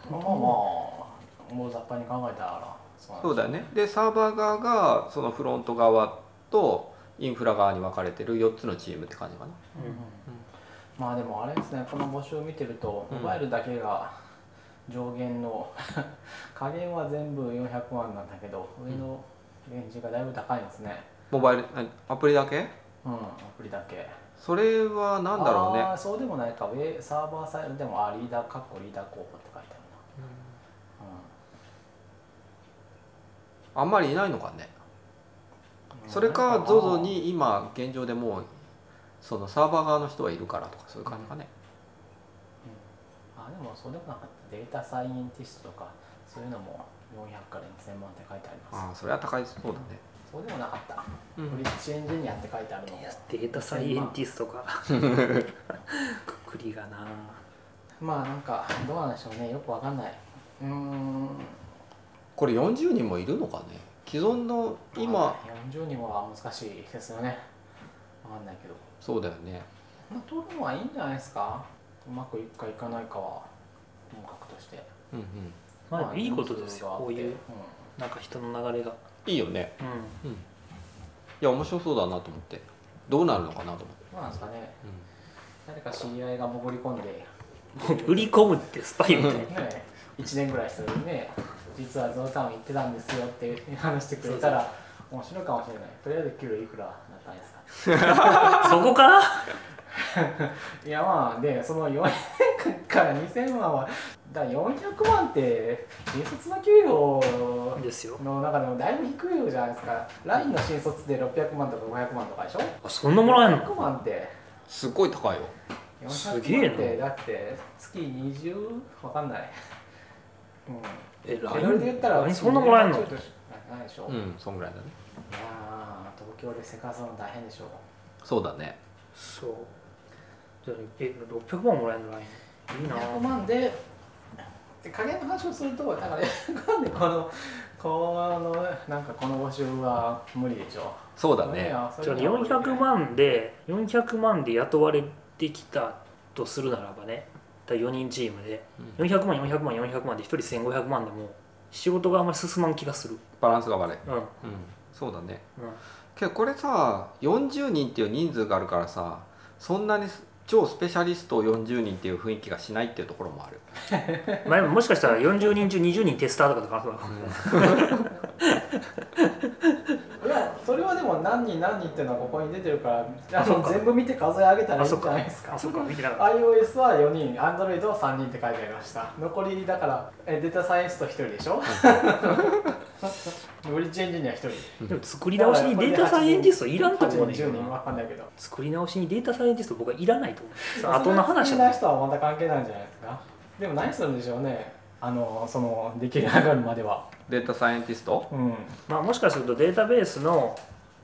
B: まあまあもう雑把に考えたらそう
A: そう
B: だ
A: だよねでサーバー側がそのフロント側とインフラ側に分かれてる4つのチームって感じかな
B: まあでもあれですねこの募集を見てると
A: うん
B: モバイルだけが上限の [laughs] 下限は全部400万なんだけど上のレンジがだいぶ高いんですね
A: モバイルあアプリだけ
B: うんアプリだけ
A: それは何だろうね
B: あーそうでもないかウェサーバーサイドでもあリーダーかっこリーダー候補って書いてあるな、
A: あんまりいないのかね
B: うん、
A: それか ZOZO に今現状でもうそのサーバー側の人はいるからとかそういう感じかね、
B: あでもそうでもなかったデータサイエンティストとかそういうのも400から2000万って書いてあります
A: ああそれは高いそうだね、
B: そうでもなかった
A: う
B: ブリッジエンジニアって書いてあるのも
C: いやデータサイエンティストかくくりがな
B: まあなんかどうなんでしょうねよくわかんないうーん
A: これ40人もいるのかね既存の
B: わ
A: 今
B: かんない40人は難しいですよねわかんないけど
A: そうだよね
B: まあ取るのはいいんじゃないですかうまくいくかいかないかはともかくとして
A: うんうん
C: まあいいことです
B: 人数
C: よ
B: があっ
C: こ
B: て
C: ういう
B: うん
C: なんか人の流れが、
A: いいよね
C: うん
A: うんいや面白そうだなと思ってどうなるのかなと思って、
B: どうなんですかね誰か知り合いが潜り込んで
C: もう売り込むってスタイルみたいな
B: ね、1年ぐらいするんで実はゾウタウン行ってたんですよって話してくれたら面白いかもしれないとりあえず給料いくらだったんですか
C: そこから
B: いやまあでその4 0 0から2000万はだから400万って新卒の給料
C: ですよ
B: の中でもだいぶ低いじゃないですか LINE の新卒で600万とか500万とかでしょ
C: あそんなもらえんの
B: 500万って
A: すっごい高いよ
C: すげえ
B: 400
C: な
B: 万ってだって月20わかんないうん
C: え
B: 手取りで言ったら
C: 何そんなもらえんの
B: ちょっとしかないでしょ、
A: う
B: いや
A: んそんぐらいだね
B: ー東京で生活するの大変でしょ
A: そうだね
C: そうじゃあえ600万もらえんのラインいいな
B: 200万でで加減の話をするとだ [laughs] から200万でこのこのなんかこの募集は無理でしょ
A: そうだね
C: じゃあ400万で400万で雇われてきたとするならばね4人チームで
A: うん
C: 400万400万400万で1人1500万でも仕事があんまり進まん気がする
A: バランスが悪い、
C: うんうん
A: うん、そうだねけどこれさ40人っていう人数があるからさそんなに超スペシャリストを40人っていう雰囲気がしないっていうところもある
C: まあ、もしかしたら40人中20人テスターとかとかそうだかもしれない
B: いやそれはでも何人何人っていうのはここに出てるからあの全部見て数え上げたらいいんじゃないですか
C: あそうか見てなかっ
B: iOS は4人 Android は3人って書いてありました残りだからえデータサイエンスと1人でし [laughs] ょブリッジエンジニア1人
C: たでも作り直しにデータサイエンティストいらんと思うねんけ
B: 10
C: ど
B: 人
C: な
B: わかんないけど
C: 作り直しにデータサイエンティスト僕はいらないと思うさあ後の話
B: そ
C: だ
B: んな好きな人はまた関係ないんじゃないですかでも何するんでしょうねあのその出来上がるまでは
A: データサイエンティスト
B: うん
C: まあ、もしかするとデータベースの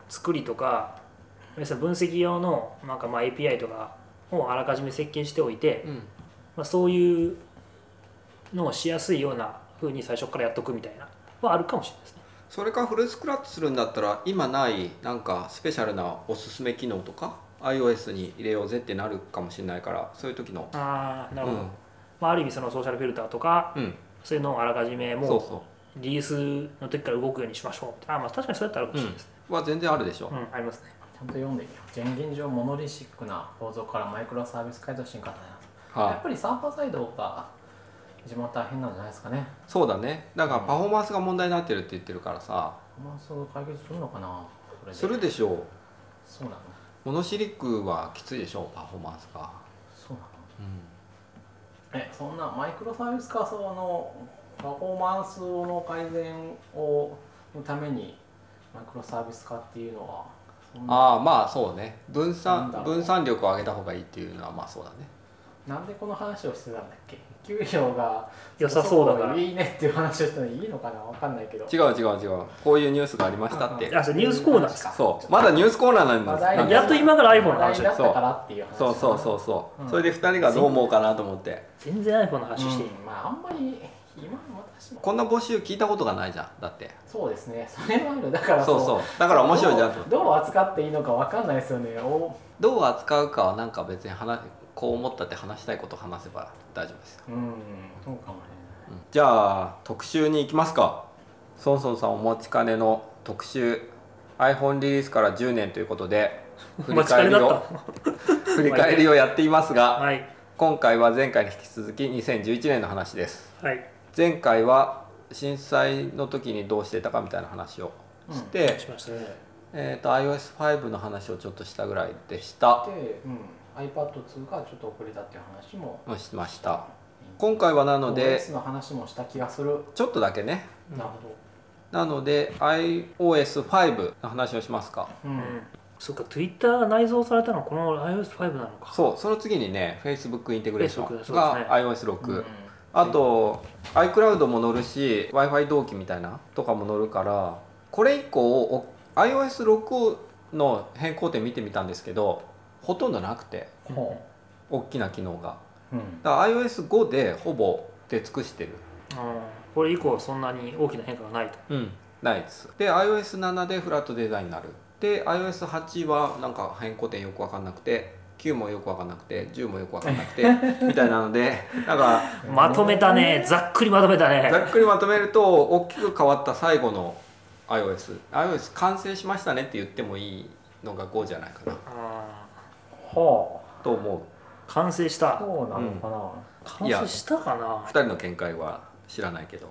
C: 作りとか要するに分析用のなんかまあ API とかをあらかじめ設計しておいて、
A: うん
C: まあ、そういうのをしやすいような風に最初からやっとくみたいなはあるかもしれないですね。
A: それかフルスクラッチするんだったら今ないなんかスペシャルなおすすめ機能とか iOS に入れようぜってなるかもしれないからそういう時の
C: ああな
A: う
C: るほど、
A: ん、
C: まあ、ある意味そのソーシャルフィルターとか
A: うん、
C: そういうのをあらかじめ
A: そう
C: も
A: そう
C: リリースの時から動くようにしましょうみたいなあまあ確かにそうやったらあるかもしれないですね。
A: うは全然あるでしょ、
C: うんありますね。
B: ちゃんと読んでみよう全現状モノリシックな構造からマイクロサービス回答進化だなやっ
A: は
B: ぱりサーバーサイドが一番大変なんじゃないですかね
A: いそうだねだからパフォーマンスが問題になってるって言ってるからさ
B: まあそう解決するのかなそれです
A: るでしょう
B: そうなの
A: 物知り区はきついでしょうパフォーマンスが、
B: そうなの
A: うん、
B: えそんなマイクロサービス化そのパフォーマンスの改善をのためにマイクロサービス化っていうのはそんな
A: ああまあそうね分
B: なん
A: 散
B: だろう
A: 分散力を上げた方がいいっていうのはまあそうだね
B: なんでこの話をしてたんだっけ給料が
C: 良さそうだから
B: いいねっていう話をしたのいいのかなわかんないけど
A: 違う違う違うこういうニュースがありましたって
C: あそうニュースコーナーですか
A: そうまだニュースコーナーなん
B: 話
A: です
B: 題
A: なん
B: に
A: で
C: やっと今から iPhone の話
B: 話題になったからっていう話
A: そうそうそうそう、
B: うん
A: それで2人がどう思うかなと思って
C: 全然 iPhone の話していい、
B: うんまああんまり今の私も
A: こんな募集聞いたことがないじゃんだって
B: そうですね [laughs] それもあるだから
A: そうそうだから面白いじゃんと
B: どうどう扱っていいのかわかんないですよねお
A: どう扱うかはなんか別に話こう思ったって話したいことを話せば大丈夫ですよ、
B: うんそうかもね
A: うんじゃあ特集に行きますかソンソンさんお持ちかねの特集 iPhone リリースから10年ということで振
C: お
A: り
C: 待ちか
A: 返
C: ね
A: り
C: だっ
A: を
C: た
A: 振り返りをやっていますが
C: はい
A: 今回は前回に引き続き2011年の話です
C: はい
A: 前回は震災の時にどうしてたかみたいな話を
B: うん
A: して、
C: しましたね
A: えー、と iOS5 の話をちょっとしたぐらいでした
B: で、うん、iPad2 がちょっと遅れたっていう話も
A: もうしました今回はなので
B: OS の話もした気がする
A: ちょっとだけね
B: なるほど
A: なので iOS5 の話をしますか
B: うん、
C: うんそっか Twitter が内蔵されたのはこの iOS5 なのか
A: そうその次にね Facebook インテグレーショ
C: Facebook
A: ン
C: そうですね
A: が iOS6、
B: うん
A: あと iCloud も乗るし w i f i 同期みたいなとかも乗るからこれ以降お iOS6 の変更点見てみたんですけどほとんどなくて
B: ほ
A: 大きな機能が
B: ううん
A: だから iOS5 でほぼ出尽くしてる
C: うんこれ以降そんなに大きな変化がないと
A: うん、ないですで iOS7 でフラットデザインになるで iOS8 はなんか変更点よく分かんなくて9もよく分かんなくて10もよく分かんなく
C: [laughs]
A: てみたいなのでなんか
C: まとめたねざっくりまとめた
A: ざ
C: ね
A: っくりまとめると大きく変わった最後の iOS iOS 完成しましたねって言ってもいいのが5じゃないかな
C: あ
B: ほ
A: と思う
C: ー完成し
B: う
C: た
B: そうなのかな、はい
C: 完成したかな
A: 2人の見解は知らないけど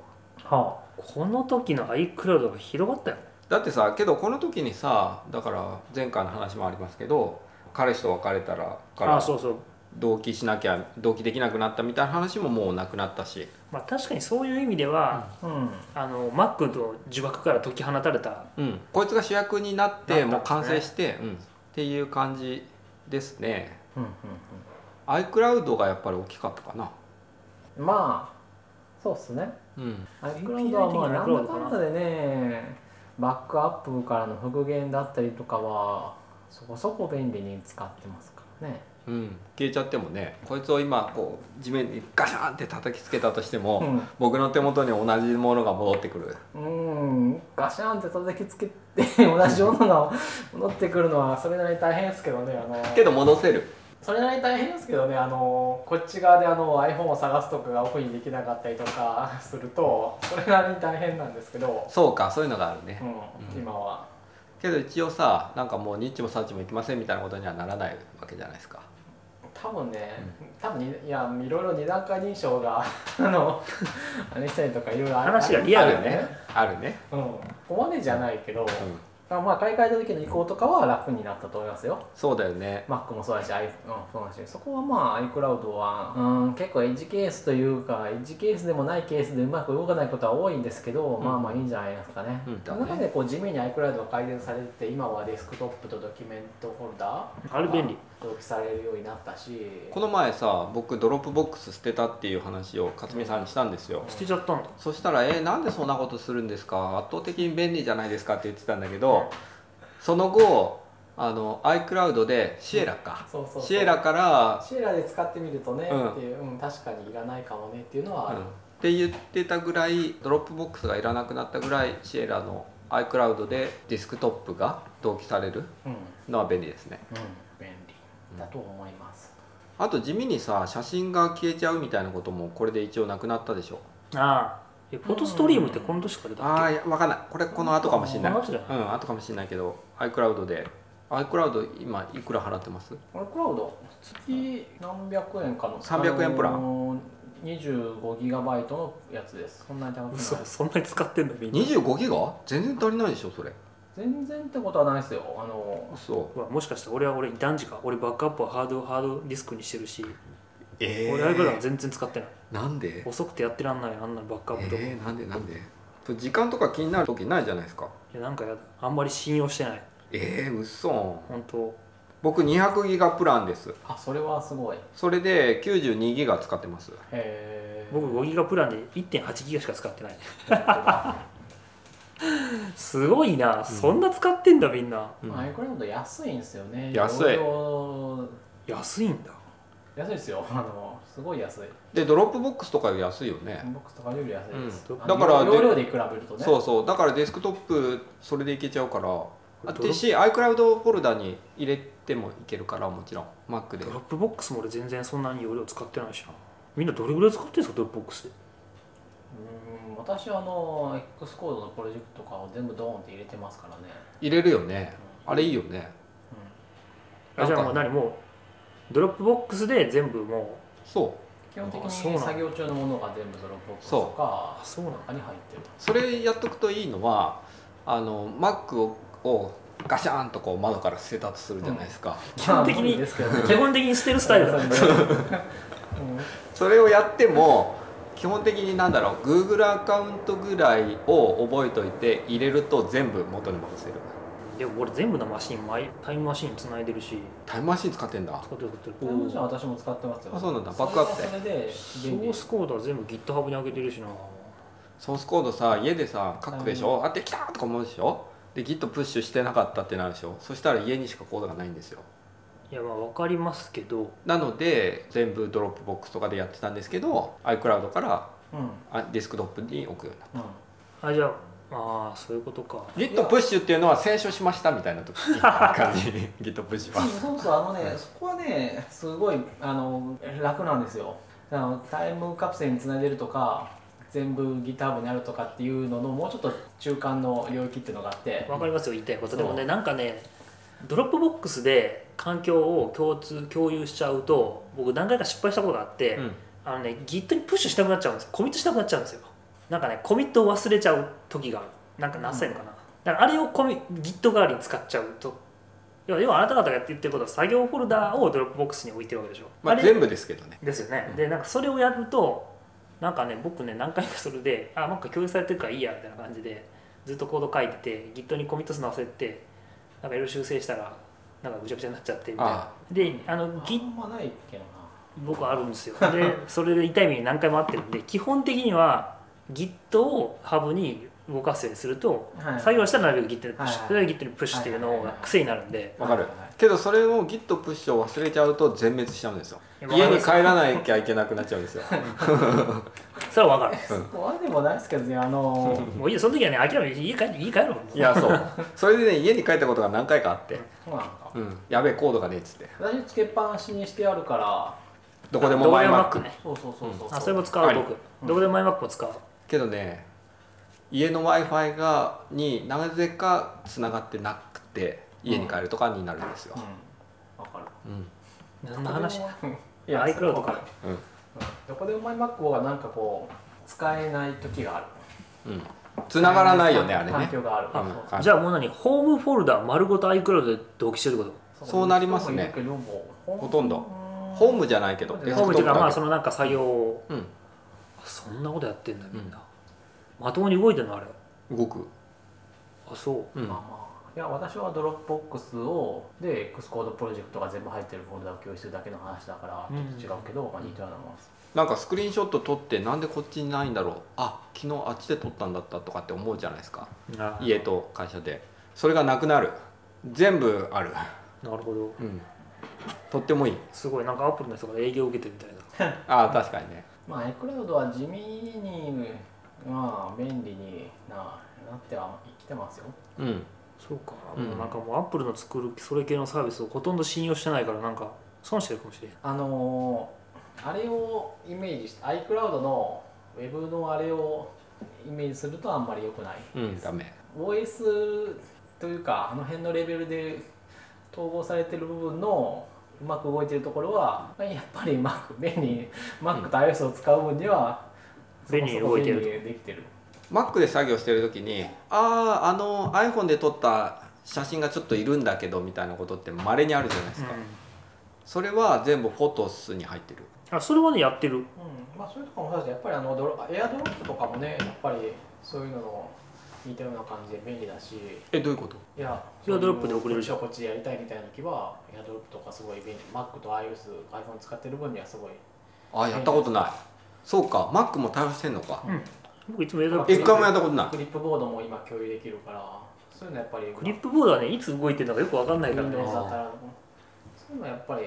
C: この時の iCloud が広がったよ
A: だってさけどこの時にさだから前回の話もありますけど彼氏と別れたらから
C: あそうそう
A: 同期しなきゃ同期できなくなったみたいな話ももうなくなったし、
C: まあ確かにそういう意味では、
B: うん
C: あのマックと呪縛から解き放たれた
A: うん、こいつが主役になって
C: な
A: も
C: っ
A: う
C: たん
A: 完
C: ですね
A: 成して、うん、っていう感じですね
B: うんうん
A: iCloud がやっぱり大きかったかな、
B: うんまあそうっすね
A: うん、
B: iCloud はまあなん
C: iCloud
B: だ
C: かな
B: かんだでねバックアップからの復元だったりとかはそこそこ便利に使ってますからね
A: うん、消えちゃってもねこいつを今こう地面にガシャンって叩きつけたとしても、
B: うん
A: 僕の手元に同じものが戻ってくる
B: うーんガシャンって叩きつけて同じようなのが戻ってくるのはそれなりに大変ですけどねあの
A: けど戻せる
B: それなりに大変ですけどねあのこっち側であの iPhone を探すとかがオフにできなかったりとかするとそれなりに大変なんですけど、
A: そうかそういうのがあるね、
B: うん今は
A: けど一応さなんかもうニッチもサッチもいきませんみたいなことにはならないわけじゃないですか
B: 多分ね多分にいやいろいろ二段階認証が [laughs] あのあれしたりとかいろいろあ
C: 話がリ
A: あ
C: ア
A: る
C: ル
A: よね、あるね、
B: うん、ここまでじゃないけど、
A: うん、
B: まあ買い替えた時の移行とかは楽になったと思いますよ
A: そうだよね
B: Mac もそうだし iPhone もそうだしそこはまあ iCloud はうん結構エッジケースというかエッジケースでもないケースでうまく動かないことは多いんですけど、
A: ん
B: まあまあいいんじゃないですかね。
A: うん
B: その中でこう地味に iCloud が改善されて今はデスクトップとドキュメントフォルダ
C: あれ便利
B: 同期されるようになったし
A: この前さ僕ドロップボックス捨てたっていう話を勝美さんにしたんですよ
C: 捨てちゃったんだ
A: そしたら「えーなんでそんなことするんですか圧倒的に便利じゃないですか」って言ってたんだけどその後あの iCloud でシエラか、
B: そうそうそう
A: シエラから、
B: シエラで使ってみるとね、
A: うん
B: っていう、うん、確かにいらないかもねっていうのはあ
A: う
B: る、
A: んって言ってたぐらいドロップボックスがいらなくなったぐらいシエラの iCloud でディスクトップが同期される
B: うんうん
A: のは便利ですね
B: 便利だと思います、
A: あと地味にさ写真が消えちゃうみたいなこともこれで一応なくなったでしょ
C: ああえフォトストリームってこの年からだっ
A: ああいや分かんないこれこの後かもしれない
C: この後じゃな
A: うん後かもしれないけど iCloud で iCloud 今いくら払ってます
B: これクラウド月何百円かの
A: 300円プラン
B: あのー、25ギガバイトのやつですそんなに高く
C: け
B: ない
C: 嘘そんなに使ってんだみんな
A: 25ギガ全然足りないでしょそれ
B: 全然ってことはないですよあの
A: そう
C: わもしかしたら俺は俺に断じか俺バックアップはハードハードディスクにしてるし、
A: え
C: 俺 iPad は全然使ってない
A: なんで
C: 遅くてやってらんないあんなのバックアップとか、
A: えーなんでなんでそれ時間とか気になる時ないじゃないですか
C: いやなんかやだあんまり信用してない
A: えー、うっそ
C: 本当
A: 僕200ギガプランです
B: あそれはすごいへ
A: それで92ギガ使ってます
B: え [laughs]
C: 僕5ギガプランで1.8ギガしか使ってないすごいな、そんな使ってんだみんな
A: うん
B: アイクラウド安いんですよね
A: 安い
B: 容量
C: 安いんだ
B: 安いですよあのすごい安い
A: でドロップボックスとかより安いよね、
B: 僕とかより安いです、
C: うん
B: あの
A: だから
B: 容量で比べるとね
A: そうそうだからデスクトップそれでいけちゃうからあ
C: ドロ
A: てし iCloud フォルダに入れてもいけるからもちろん Mac で
C: ドロップボックスも俺全然そんなに容量使ってないしなみんなどれぐらい使ってんすかドロップボックス
B: うん私はあの X コードのプロジェクトとかを全部ドーンって入れてますからね、
A: 入れるよねあれいいよね
B: う
C: あじゃ
A: な
C: あ
A: ん
C: も
A: か
C: う何もうドロップボックスで全部も
A: そう
B: 基本的
C: あそう
B: に
C: なんだ
B: 作業中のものが全部ドロップボックスと
C: う
B: か
C: あそうなの
B: 中に入ってる
A: それやっとくといいのはあの Mac ををガシャーンとこう窓から捨てたとするじゃないですか、
B: 基
C: 本的に
B: ですけど
C: 基本的に捨てるスタイルだね
B: うん
A: それをやっても基本的になんだろう Google アカウントぐらいを覚えといて入れると全部元に戻せる
C: でも俺全部のマシンマイタイムマシン繋いでるし
A: タイムマシン使ってんだ
C: 使ってる使っ
B: そ
C: て
B: れ
C: る
B: もちろん私も使ってますよ
A: あそうなんだバックアップで
B: それはそれで
C: ソ
B: 便利
C: ースコードは全部 GitHub に上げてるしな
A: ソースコードさ家でさ書くでしょ、あできたとか思うでしょで Git プッシュしてなかったってなるでしょそしたら家にしかコードがないんですよ
C: いやまあ分かりますけど
A: なので全部ドロップボックスとかでやってたんですけど iCloud から
B: うんうん
A: あディスクトップに置くようになっ
C: あじゃああーそういうことか
A: た Git プッシュっていうのは清書しましたみたいな時感じ Git プッシュは
B: そうそうあのねそこはねすごいあの楽なんですよあのタイムカプセルにつないでるとか全部 GitHub にあるとかっていうののもうちょっと中間の領域っていうのがあって
C: 分かりますよ言いたいこと
B: そ
C: で
B: う
C: もねなんかねドロップボックスで環境を共通共有しちゃうと僕何回か失敗したことがあって、
A: うん
C: あのね Git にプッシュしなくなっちゃうんですよコミットしなくなっちゃうんですよなんかねコミットを忘れちゃう時があるなんか何歳のかな、だからあれをコミ Git 代わりに使っちゃうと要は要はあなた方が言ってることは作業フォルダをドロップボックスに置いてるわけでしょ、
A: まあ
C: れ
A: 全部ですけどね
C: ですよね、
A: うん
C: でなんかそれをやるとなんかね僕ね何回かそれであなんか共有されてるからいいやみたいな感じでずっとコード書いてて Git にコミットするの忘れてなんかいろいろ修正したらなんかぐちゃぐちゃになっちゃってみたいな
A: あ
C: であの
B: あ
C: Git
B: んまないけどな
C: 僕あるんですよでそれで痛い目に何回もあってるんで基本的には Git をハブに動かすようにすると、
B: はい
C: 作業したらなるべく Git にプ
B: は
C: ッシュ、
B: いはい
C: それで Git にプッシュっていうのが癖になるんで、
A: わかる
B: はいはい
A: けどそれを Git プッシュを忘れちゃうと全滅しちゃうんですよ
C: いや
A: 家に帰らなきゃいけなくなっちゃうんですよ
C: それは分か
B: そこはでもないですけどねあの
C: るもういいよその時はね諦めて家帰って家帰ろう
A: いやそうそれでね家に帰ったことが何回かあって
B: そうなんか
A: うん、やべえコードがねえっつって
B: 私つけっぱなしにしてあるから
A: どこでもマイマック
C: ね
B: そうそうそうそう
C: あそれも使う
A: あり
C: 僕どこでもマイマップも使う
A: けどね家の w i f i がになぜかつながってなくて家に帰るとかになるんですよ
B: うん、わかる
A: うん
C: 何の話
B: どこでも
C: いや iCloud か
A: うん
B: どこでもマイマックがなんかこう使えない時がある
A: うんつながらないよねあれ
B: 環
A: ね
B: 境があ
A: う
B: る、
A: ん
B: そう
A: はい
C: じゃあもう何ホームフォルダ丸ごと iCloud で同期してるってこ
A: そうなりますね
B: 人もいるけども
A: ほとんどホームじゃないけど
B: ホーム
A: デス
C: とホームっ
A: クトップ
C: ていう
A: だ
C: か
A: け
C: まあそのなんか作業を
A: うん
C: そんなことやってんだみんなまともに動いてんのあれ
A: 動く、
C: あそ
A: う
C: う
A: ん
B: まあまあいや私はドロップボックスをで X コードプロジェクトが全部入ってるフォルダを共有するだけの話だから
C: うん
B: ちょっと違うけど、まあ似たようなもんです
A: なんかスクリーンショット撮ってなんでこっちにないんだろうあ昨日あっちで撮ったんだったとかって思うじゃないですか
C: あ
A: 家と会社でそれがなくなる全部ある、
C: なるほど
A: うん、とってもいい
C: すごいなんかアップルの人が営業受けてるみたいな
A: ああ確かにね
B: まあ iCloud は地味にまあ便利にななっては生きてますよ
A: うん
C: そうか
A: うん
C: もうなんかもうアップルの作るそれ系のサービスをほとんど信用してないからなんか損してるかもしれない
B: あのーあれをイメージして iCloud の Web のあれをイメージするとあんまり良くない、
A: うんダメ
B: OS というかあの辺のレベルで統合されてる部分のうまく動いてるところはまあやっぱり Mac 便利 Mac と iOS を使う分には
C: 便利に動いてる
B: そこそこ便利にできてる
A: Mac で作業してる時にあああの iPhone で撮った写真がちょっといるんだけどみたいなことってまれにあるじゃないですか、それは全部フォトスに入ってる
C: あそれはねやってる
B: うんまあ、それとかもそうですねやっぱりあのドロエアドロップとかもねやっぱりそういうのの似たような感じで便利だしい
A: えどういうこと
B: や
C: エアドロップで送れる
B: しこっちでやりたいみたいな時はエアドロップとかすごい便利 Mac と iOSiPhone 使ってる分にはすごい
A: あやったことないそうか Mac も対応してんのか
C: うん僕いつもやる
B: あ
A: 一回もやったことない
B: クリップボードも今共有できるからそういうのやっぱり
C: クリップボードはねいつ動いてるのかよくわかんないからね
B: Windows だったらそういうのはやっぱり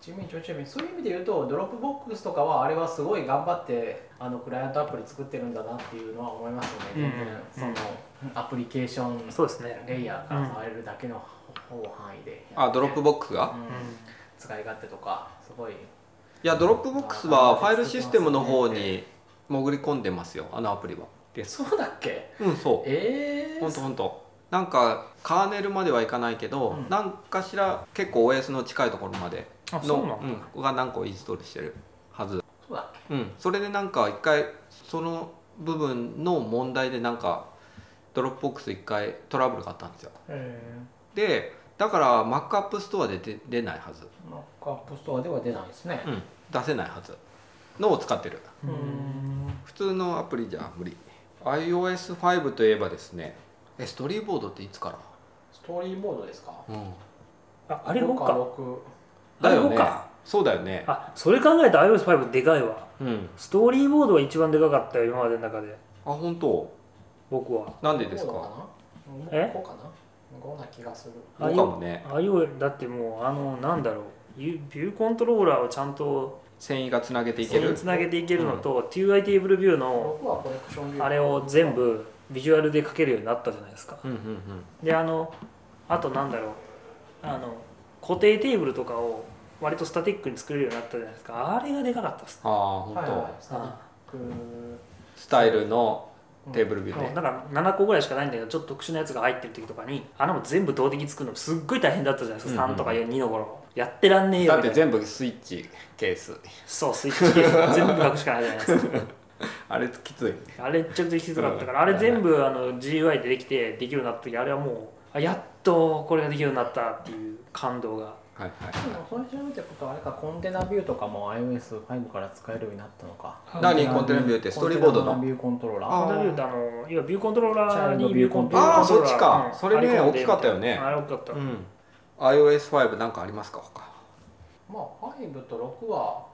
B: 地味にちょいちょいそういう意味で言うとドロップボックスとかはあれはすごい頑張ってあのクライアントアプリ作ってるんだなっていうのは思いますよね、
C: うんうん
B: 全然そのアプリケーション
C: そうですね
B: レイヤーから触れるだけの方範囲で
A: あドロップボックスが、
B: う
C: うんん
B: 使い勝手とかすごい
A: いやドロップボックスはファイルシステムの方に潜り込んでますよあのアプリはです
B: そうだっけ
A: うんそう
B: ええ
A: ほんとほんとなんかカーネルまではいかないけど、
B: うん
A: なんかしら結構 OS の近いところまで
C: あそうな
A: の
C: んだ
A: うん、が何個インストールしてるはず
B: そうだっ
A: うんそれでなんか一回その部分の問題でなんかドロップボックス一回トラブルがあったんですよ
B: けえ
A: でだからマックアップストアで出出ないはず、
B: えマックアップストアでは出ないですね
A: うん、出せないはずのを使ってる
B: う
C: うん
B: ん
A: 普通のアプリじゃ無理 iOS5 といえばですねえストーリーボードっていつか、
B: ストーリーボードですから
A: うん、
C: ああれ動くか
B: 六
A: だよ
C: あれ
A: ね
C: 動か
A: そうだよね
C: あそれ考えたら iOS5 でかいわ
A: うん
C: ストーリーボードが一番でかかったよ今までの中で
A: あ本当
C: 僕は
A: なんでですか
B: え
C: え
B: こうかなこうな気がする
A: どうかもね
C: iOS だってもうあのなんだろうビュビューコントローラーをちゃんと
A: 繊維がつなげていける
C: つなげていけるのと、TUI テーブルビューの
B: 僕はコレクションビュー
C: あれを全部ビジュアルで描けるようになったじゃないですか
A: うんうんうん
C: であのあとなんだろうあの固定テーブルとかを割とスタティックに作れるようになったじゃないですかあれがでかかったっす
A: ああ本当、
B: はいはいスタティッ
C: あ
B: ク
A: スタイルのテーブルビュー
C: だ
A: ね、
C: から7個ぐらいしかないんだけどちょっと特殊なやつが入ってる時とかに穴も全部動的に作るのすっごい大変だったじゃないですか、
A: うんうん
C: 3とか4 2の頃やってらんねえよ
A: だっ
C: みた
A: て
C: いな
A: 全部スイッチケース
C: そうスイッチケース全部書くしかないじゃないですか
A: あれきつい
C: あれめちゃくちゃきつかったからあれ全部あの GUI でできてできるようになった時あれはもうあやっとこれができるようになったっていう感動が
A: はいはい
B: でもそれ調べてことはあれかコンテナビューとかも iOS5 から使えるようになったのか
A: 何コンテナビューってストーリーボードの
B: コンテナビューコントローラ
A: あ
B: ー
C: コンテナビューってあの要はビューコントローラーにビューコントローラー
A: ああそっちか、
C: うん
A: それね
C: 張り込ん
A: 大
C: で
A: きかったよね
C: あれ大きかった、
A: うん、iOS5 なんかありますか他
B: まあ5と6は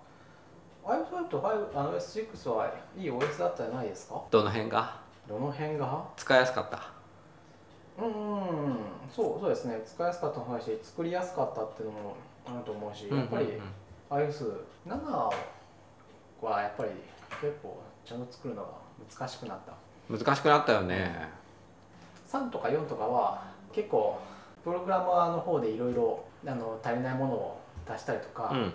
B: iOS5 と5あの S6 はいい OS だったじゃないですか
A: どの辺が
B: どの辺が
A: 使いやすかった
B: うーんそうそうですね使いやすかったのもあるし作りやすかったっていうのもあると思うしやっぱり
A: うんうんうん
B: iOS7 はやっぱり結構ちゃんと作るのが難しくなった
A: 難しくなったよね、
B: 3とか4とかは結構プログラマーの方でいろいろあの足りないものを足したりとか、
A: うん、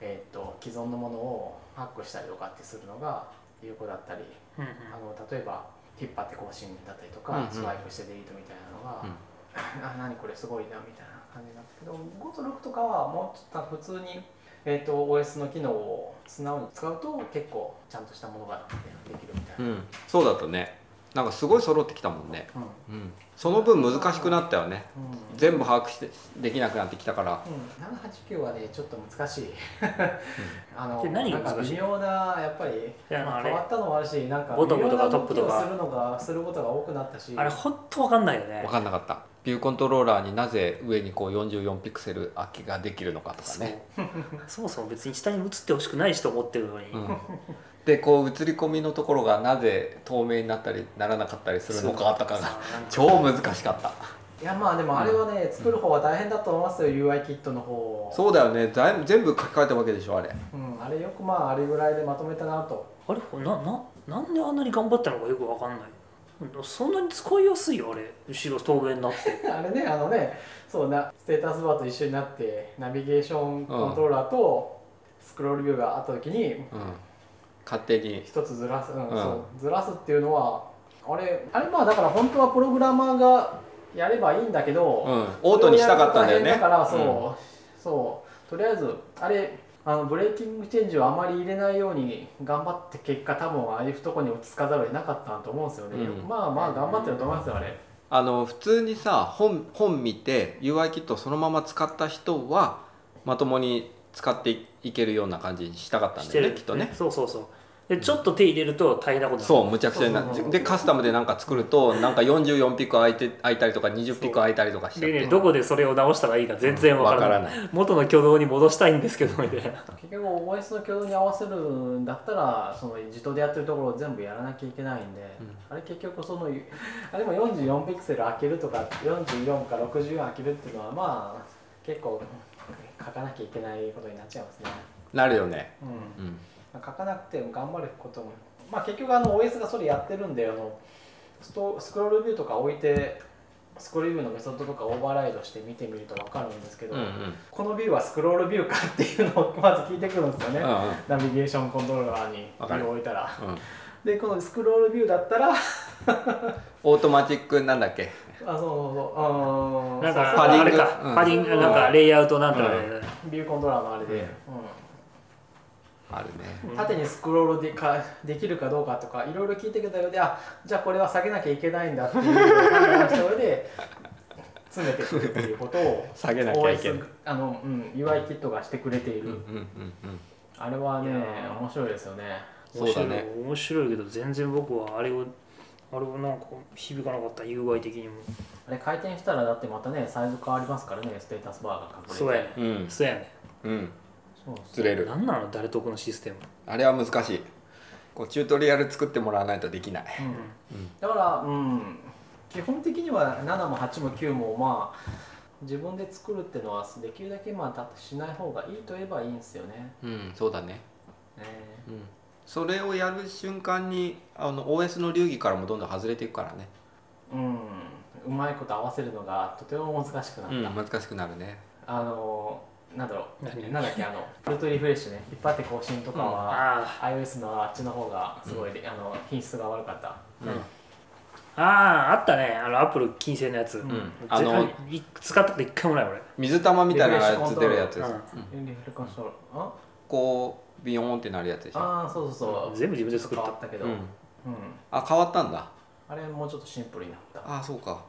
B: えー、と既存のものをハックしたりとかってするのが有効だったり
C: うんうん
B: あの例えば引っ張って更新だったりとか、
A: うんうん
B: スワイプしてデリートみたいなのが、
A: うん
B: [laughs] あ何これすごいなみたいな感じになったけど5と6とかはもうちょっと普通に、えー、と OS の機能を素直に使うと結構ちゃんとしたものができるみたいな。
A: うん、そうだったねなんかすごい揃ってきたもんね、
B: うん
A: うん、その分難しくなったよね
B: うん
A: 全部把握してできなくなってきたから
B: うん、789はねちょっと難しいあの
C: で何が難し
B: な
C: い
B: んか微妙なやっぱり
C: いや
B: ま
C: あ
B: あ、
C: れ
B: 変わったのもあるしなんか
C: ボトムと
B: 微妙
C: か
B: な動き
C: トップとか
B: をするのがすることが多くなったし
C: あれほんとわかんないよね
A: 分かんなかったビューコントローラーになぜ上にこう44ピクセル空きができるのかとか
C: そう
A: ね
C: そもそも別に下に映ってほしくないしと思ってるのに、
A: うんでこう映り込みのところがなぜ透明になったりならなかったりするのかとかが超難しかった
B: いやまあでもあれはね、作る方は大変だと思いますよ UI キットの方
A: そうだよねだい全部書き換えたわけでしょあれ
B: う、ん、あれよくまああれぐらいでまとめたなと [laughs]
C: あれなななんであんなに頑張ったのかよくわかんないそんなに使いやすいよあれ後ろ透明になって
B: あれねあのねそうなステータスバーと一緒になってナビゲーションコントローラーとスクロールビューがあった時に
A: うん勝手に
B: 一つずらす、うん
A: ん
B: そうずらすっていうのはあれあれまあだから本当はプログラマーがやればいいんだけど、
A: うんオートにしたかったんだよね
B: それをやるのが大変だからそう、そうとりあえずあれあのブレイキングチェンジをあまり入れないように頑張って結果多分ああいうとこに落ち着かざるを得なかったなと思うんですよね、
A: うん
B: まあまあ頑張ってると思いますよあれ、
A: あの普通にさ本本見て UI キットをそのまま使った人はまともに使っていけるような感じにしたかったん
C: し
A: だ
C: て
A: よね
C: る
A: きっとね。
C: そうそうそうでちょっと手入れると大変なことになる
A: そうむちゃくちゃにな
B: そうそうそう
A: でカスタムでなんか作るとなんか44ピック空いて空いたりとか20ピック空いたりとかしちゃっ
C: でね
A: て
C: どこでそれを直したらいいか全然わ
A: わ
C: か
A: から
C: な
A: ら
C: い
A: ない。
C: 元の挙動に戻したいんですけどみたいな
B: 結局 OS の挙動に合わせるんだったらその自動でやってるところを全部やらなきゃいけないんで、あれ結局その [laughs] あれも44ピクセル開けるとか44か64開けるっていうのはまあ結構書かなきゃいけないことになっちゃいますね、
A: なるよね。
B: うん
A: うん
B: まあ書かなくても頑張ることも、まあ、結局あの OS がそれやってるんであのストスクロールビューとか置いてスクロールビューのメソッドとかオーバーライドして見てみると分かるんですけど、
A: うんうん
B: このビューはスクロールビューかっていうのをまず聞いてくるんですよね、
A: うんうん
B: ナビゲーションコントローラーにビ
A: わかる
B: ューを置いたら
A: うん
B: でこのスクロールビューだったらあ
A: オートマチックなんだっけ
B: そうそうそう
C: なんか
A: パディング
C: あれか、
A: うん
C: パディングなんかレイアウトなんとかで、
B: ビューコントローラーのあれで、
A: うん
B: うん
A: あるね。
C: うん
B: 縦にスクロールでかできるかどうかとかいろいろ聞いてきたようであじゃあこれは下げなきゃいけないんだっていう判断した上で詰めてくるっていうことを
A: 下げなきゃいけない
B: OS あの、うん、UI キットがしてくれてい
A: うん
B: る、
A: うんうんうん。
B: あれはね
C: いやー
B: 面白いですよね
A: そうだね
C: 面白い面白いけど全然僕はあれをあれをなんか響かなかった UI 的にも
B: あれ回転したらだってまたねサイズ変わりますからねステータスバーが隠れて
C: そうやね
A: うん
C: そうやね
A: うん
B: そうそう
A: ずれる。
C: なんなの誰得のシステム
A: あれは難しい。こうチュートリアル作ってもらわないとできない。
B: うんだから、うん、基本的には7も8も9もまあ自分で作るっていうのはできるだけまあだしない方がいいといえばいいんですよね。
A: うん、そうだね。
B: ね
A: うん、それをやる瞬間にあの OS の流儀からもどんどん外れていくからね、
B: うん、うまいこと合わせるのがとても難しくなった。
A: 難しくなるね
B: あのなんだろ
C: 何
B: うなんだっけあのフルトリフレッシュね引っ張って更新とかは、
C: あ
B: iOS のあっちの方がすごい、あの品質が悪かった。
C: あ、うんあああったねあのアップル金星のやつ、
B: ん
A: うん
C: 絶対
A: あの
C: い使ったこと一回もない俺
A: 水玉みたいなのがつ出るやつです、
C: うん
A: うん
B: リフルコンソールあ
A: こうビヨーンってなるやつでしょ
B: あーそうそうそう
C: 全部自分で作った
B: 変わったけど、
A: う
B: うんん
A: あ変わったんだ
B: あれもうちょっとシンプルになった。
A: あそうか
B: うん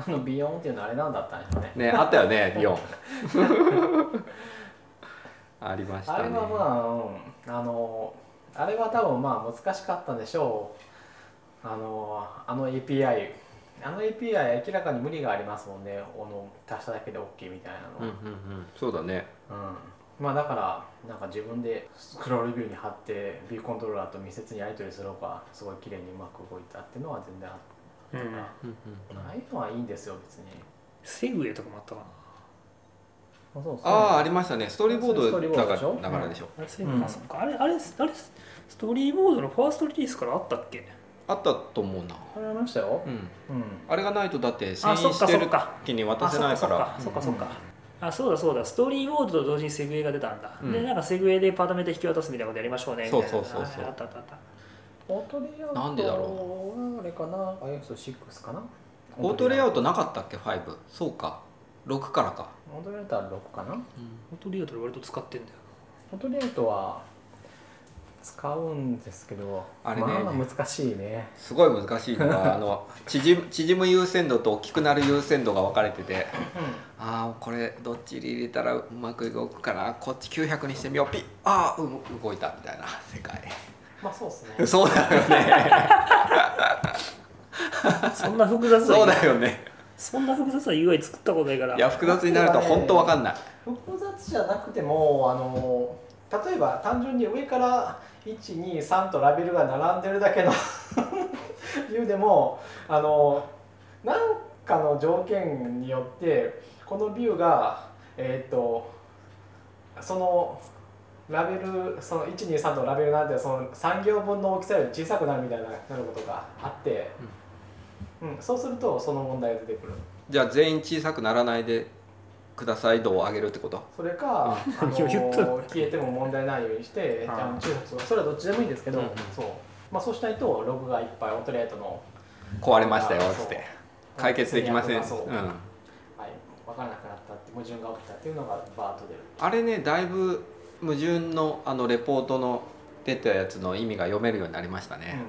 B: あのビヨーンっていうのはあれなんだったんですね。
A: ねあったよ [laughs] ねビヨーン [laughs] ありました
B: あ
A: ね
B: れはまあ、うん、あのあれは多分まあ難しかったんでしょう。あのあの API あの API 明らかに無理がありますもんね。あの足しただけで OK みたいな
A: うんう
B: の
A: ん。うん、そうだね
B: うん。まあだからなんか自分でスクロールビューに貼ってビューコントローラーと密接にやり取りする方がすごい綺麗にうまく動いたっていうのは全然あった。
C: うん
A: うん
B: ああいうのはいいんですよ別に。
C: セグウェイとかもあったか
B: そうそう
A: ああありましたねストーリーボ
B: ストーリ
A: ー
B: ーボ
A: ドだ
B: ード
A: か
B: でしょ
A: らだからでしょ、
C: なあセグウ
B: う
C: ェイ
B: ん
C: あそっかあれあれあれストーリーボードのファーストリリースからあったっけ
A: あったと思うな、
B: ありましたよ
A: う。ん、
B: うん
A: あれがないとだって遷
C: あ
A: 移
C: そっ
A: し
C: か
A: て
C: そ
A: る
C: っか
A: 時に渡せないから
C: あそっかそっかそっかあそうだそうだストーリーボードと同時にセグウェイが出たんだ、
A: うん
C: でなんかセグウェイでパートメント引き渡すみたいなことやりましょうねみたいな
A: そうそうそうそう
C: ああったあったあった
B: オートレイアウト
A: なんでだろ
B: うあれかな iOS6 かな
A: オートレイアウ
B: ト
A: トなかったっけ5そうか6からか、
B: オートレイアウトは6かな
C: オートリアウトで割と使ってんだよ
A: [laughs]
B: オートレイアウトは使うんですけど
A: あれね
B: まあ難しいね
A: すごい難しいのがあの縮む縮む優先度と大きくなる優先度が分かれててああこれどっちに入れたらうまく動くかなこっち900にしてみようピッああう動いたみたいな世界
B: まあそ
A: [laughs]
B: うですね
A: そうだよね
C: そんな複雑な
A: そうだよね
C: そんな複雑な UI 作ったことないから
A: いや複雑になると本当わかんない
B: 複雑じゃなくてもあの例えば単純に上から123とラベルが並んでるだけの [laughs] ビューでもあのなんかの条件によってこのビューがえっ、とそのラベルその123とラベルなんてその3行分の大きさより小さくなるみたいななることがあって、うんそうするとその問題が出てくる。
A: じゃあ全員小さくならないでください度を上げるってこと
B: それか、あの
C: 余
A: [laughs]
C: 裕と
B: 消えても問題ないようにして、
C: ああ
B: じゃあ中学それはどっちでもいいんですけど、
A: うんうん
B: そうまあ、そうしないとログがいっぱいオートレートの、
A: 壊れましたよっつっ
B: そ
A: て
B: う
A: 解決できません、う
B: そう、
A: ん、
B: はい、分からなくなったって矛盾が起きたっていうのがバーッと出る
A: あれねだいぶ矛盾のあのレポートの出たやつの意味が読めるようになりましたね、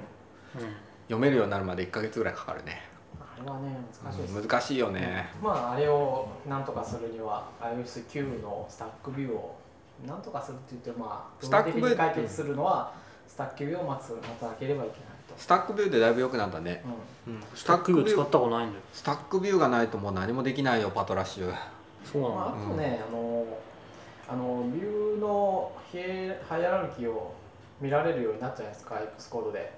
A: 読めるようになるまで1か月ぐらいかかるね、
B: あれはね難しいです、
A: うん難しいよね、
B: まああれをなんとかするには iOS9 のスタックビューをなんとかするって言ってまあ
A: スタックビュ
B: 部
A: ー
B: 分的に解決するのはスタックビューを待つ待たなければいけない
A: スタックビューでだいぶ良くなったね、
B: と、うん、
A: うんス
C: ス
A: タッ
C: タ
A: ク
C: ック
A: ビ
C: ビ
A: ュ
C: ュ
A: ー
C: ー使ったことないんだよ
A: スタックビューがないともう何もできないよパトラッシュ
C: そうなんだ、
B: まあ、あとね、あのあのビューのヒエハイアラルキーを見られるようになったじゃないですか X コードで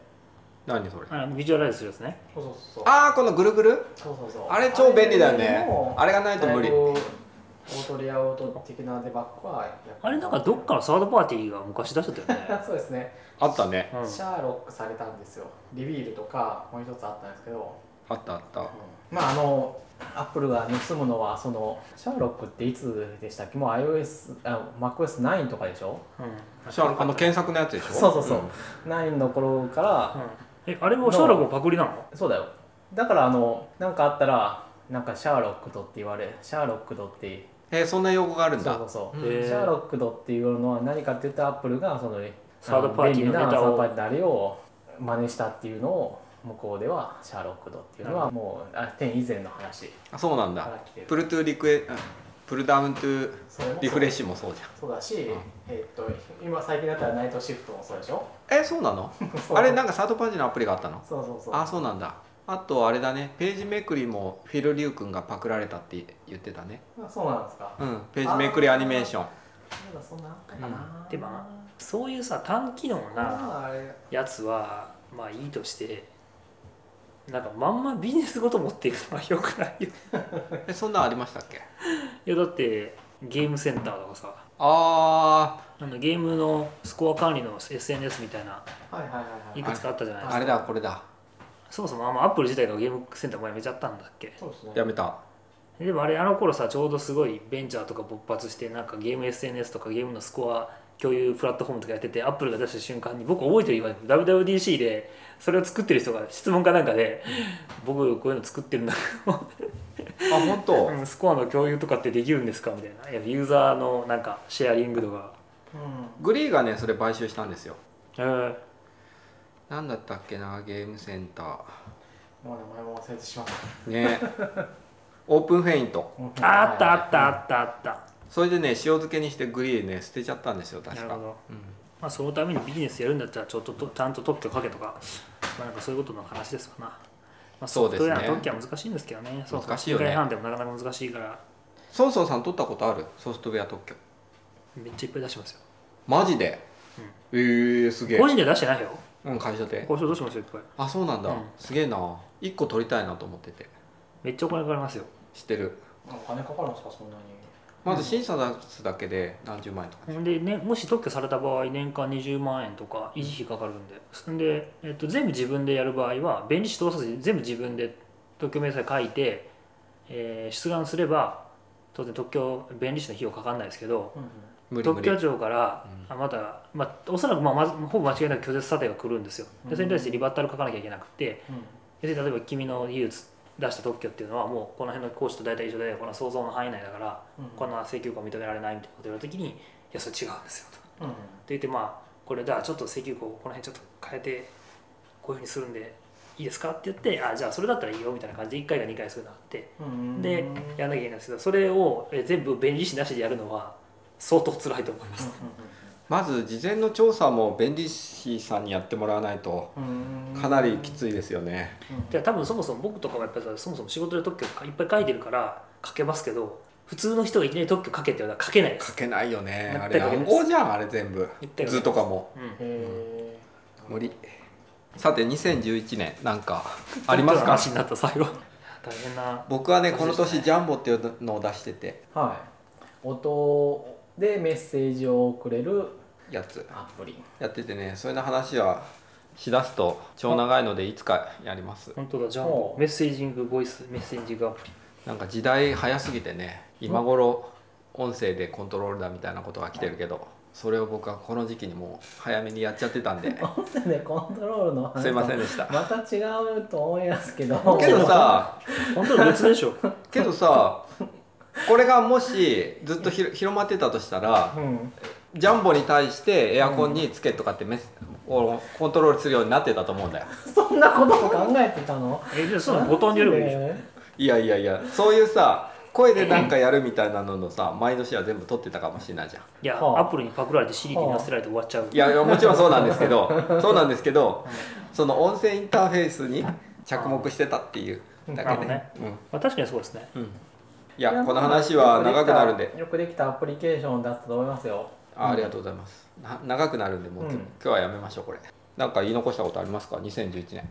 A: 何それ
C: あビジュアライズするやつね
B: そうそうそう
A: ああこのぐるぐる
B: そうそうそう
A: あれ超便利だよね
B: も
A: あれがないと無理
B: だいぶオートリアオート的なデバッグはやっぱ
C: あ
B: り
C: れなんかどっかのサードパーティーが昔出しちゃったよね
B: そうですね
A: あったね
C: うん
B: シャーロックされたんですよリビールとかもう一つあったんですけど、
A: あったあった
B: まああのアップルが盗むのはそのシャーロックっていつでしたっけもう iOS あ MacOS9 とかでしょ
A: [laughs] シャーロックあの検索のやつでしょ
B: そうそうそう、9の頃から
C: えあれもシャーロックもパクリなの
B: そうだよだからあのなんかあったらなんかシャーロックドって言われシャーロックドって
A: んえーそんな用語があるん
B: そう
A: だ
B: そうそう、
A: うん
C: へー
B: シャーロックドっていうのは何かって言ったらアップルがその
C: サードパーティーの
B: あ便
C: ネ
B: 利な
C: タ
B: サードパ
C: を
B: ーティーのあれを真似したっていうのを向こうではシャーロックドっていうのはもうあ天以前の話
A: あそうなん
B: から
A: だ
B: 来て
A: プ
B: る
A: ルトゥーリクエあプルダウントゥー
B: それもそう
A: リフレッシュもそうじゃ
B: そうだし、
A: うん
B: えっと今最近だったらナイトシフトもそうでしょ
A: んえそうなの
B: そう
A: あれなんかサードパーティーのアプリがあったの
B: そうそうそう
A: あそうなんだあとあれだねページめくりもフィル・リュウ君がパクられたって言ってたね
B: あそうなんですか
A: うんページめくりアニメーション
B: まだそんなあったかな、
C: うんでもそういうさ単機能な
B: まああれ
C: やつはまあいいとしてなんかまんまビジネスごと持っていくのは [laughs] よくないよ
A: えそんなんありましたっけ
C: いやだってゲームセンターとかさ
A: あ
C: あのゲームのスコア管理の SNS みたいな
B: はいはいはい
C: い
B: はい
C: くつかあったじゃない
A: ー
C: ですか
A: あれだこれだ
C: そもそもあんまアップル自体がゲームセンターもやめちゃったんだっけ
B: そうですね
A: やめた
C: でもあれあの頃さちょうどすごいベンチャーとか勃発してなんかゲーム SNS とかゲームのスコア共有プラットフォームとかやっててアップルが出した瞬間に僕覚えてる今 WWDC でそれを作ってる人が質問かなんかで僕こういうの作ってるんだけど
A: あ本当
C: うんスコアの共有とかってできるんですかみたいないやユーザーのなんかシェアリングとか、
B: うん
A: グリーがねそれ買収したんですよ
C: えー
A: なんだったっけなゲームセンタ
B: もう名前も忘れてしまっ
A: ー [laughs] ねオープンフェイント
B: た。
C: ああったあったあったあった、
A: それでね塩漬けにしてグリーね捨てちゃったんですよ確
C: なる
A: か
C: ほど、
A: うん
C: まあ、そのためにビジネスやるんだったらちょっととちゃんと特許かけとか,、まあ、なんかそういうことの話ですわな、まあ、
A: そうですね
C: ソフトウェアの特許は難しいんですけどねそうそう
A: 難しいよね
C: 世界判定もなかなか難しいから
A: ソンソンさん取ったことあるソフトウェア特許
C: めっちゃいっぱい出してますよ
A: マジで、えー、すげえ
C: 個人では出してないよ
A: うん会社で
C: 交渉どうしますよいっぱい
A: あそうなんだ、
C: うん
A: すげえな1個取りたいなと思ってて
C: めっちゃお金かかりますよ
A: 知ってる
B: お金かかるんですか、そんなに。
A: まず審査出すだけで何十万円とか
C: ほんで、ね、もし特許された場合年間20万円とか維持費かかるんでそんで、えっと、全部自分でやる場合は弁理士通さずに全部自分で特許明細書いて、えー出願すれば当然特許弁理士の費用かかんないですけど
A: 無理無
C: 特
A: 理
C: 許庁から、あまた、まあ、おそらく、まあ、まずほぼ間違いなく拒絶査定が来るんですよでそれに対してリバッタル書かなきゃいけなくて別に例えば君の技術出した特許っていうのはもうこの辺の講師と大体一緒でこの想像の範囲内だからこんな請求権は認められないみたいなこと言われた時にいやそれ違うんですよと。って言ってまあこれじゃあちょっと請求項をこの辺ちょっと変えてこういうふうにするんでいいですかって言ってあじゃあそれだったらいいよみたいな感じで1回か2回そういうのあってでやんなきゃいけないんですけどそれをえ全部弁理士なしでやるのは相当辛いと思います。
A: まず事前の調査も弁理士さんにやってもらわないとかなりきついですよね
C: で多分そもそも僕とかはやっぱりさそもそも仕事で特許いっぱい書いてるから書けますけど普通の人がいきなり特許書けって言われたら書けないで
A: 書
C: す。
A: けないよねあれ
C: 全く書
A: 暗
C: けないです
A: 号じゃんあれ全部
C: 言ったよね
A: 図とかも
C: うん
B: へ
A: 無理さて2011年なんかあります
C: 特許の
A: か
C: 話になった最後大変な
A: 僕はねこの
C: そうです
A: 年
C: ね
A: ジャンボっていうのを出してて
B: え。はい。音でメッセージを送れる
A: やつ
B: アプリ。
A: やっててねそれの話はしだすと超長いのでいつかやります
C: 本当だじゃあも
B: お
C: う
B: う
C: メッセージングボイスメッセージングアプリ
A: なんか時代早すぎてね今頃音声でコントロールだみたいなことが来てるけどそれを僕はこの時期にもう早めにやっちゃってたんで
B: 音声でコントロールの話
A: すいませんで
B: [laughs]
A: した
B: また違うと思いますけど。
A: けどさ
C: 本当は別でしょ
A: けどさこれがもしずっとひろ広まってたとしたら
B: うん。
A: ジャンボに対してエアコンにつけとかってメス、をコントロールするようになってたと思うんだよ
B: そんなことも考えてたの
C: [laughs] えじゃあそのボタンでやればいいでしょ
A: いやいやいやそういうさ声でなんかやるみたいなののさ毎年は全部取ってたかもしれないじゃん
C: いや、
B: はあ
C: アップルにパクられて Siri に載せられて終わっちゃう
A: いやいやもちろんそうなんですけ
C: [laughs]
A: どそうなんですけどその音声インターフェースに着目してたっていうだけで、
C: なるまあ、確かにそうですね
A: うんうん、いやこの話は長くなるんで
B: よくできたアプリケーションだったと思いますよ
A: あありがとうございますな長くなるんでもう、
B: うん
A: 今日はやめましょうこれなんか言い残したことありますか2011年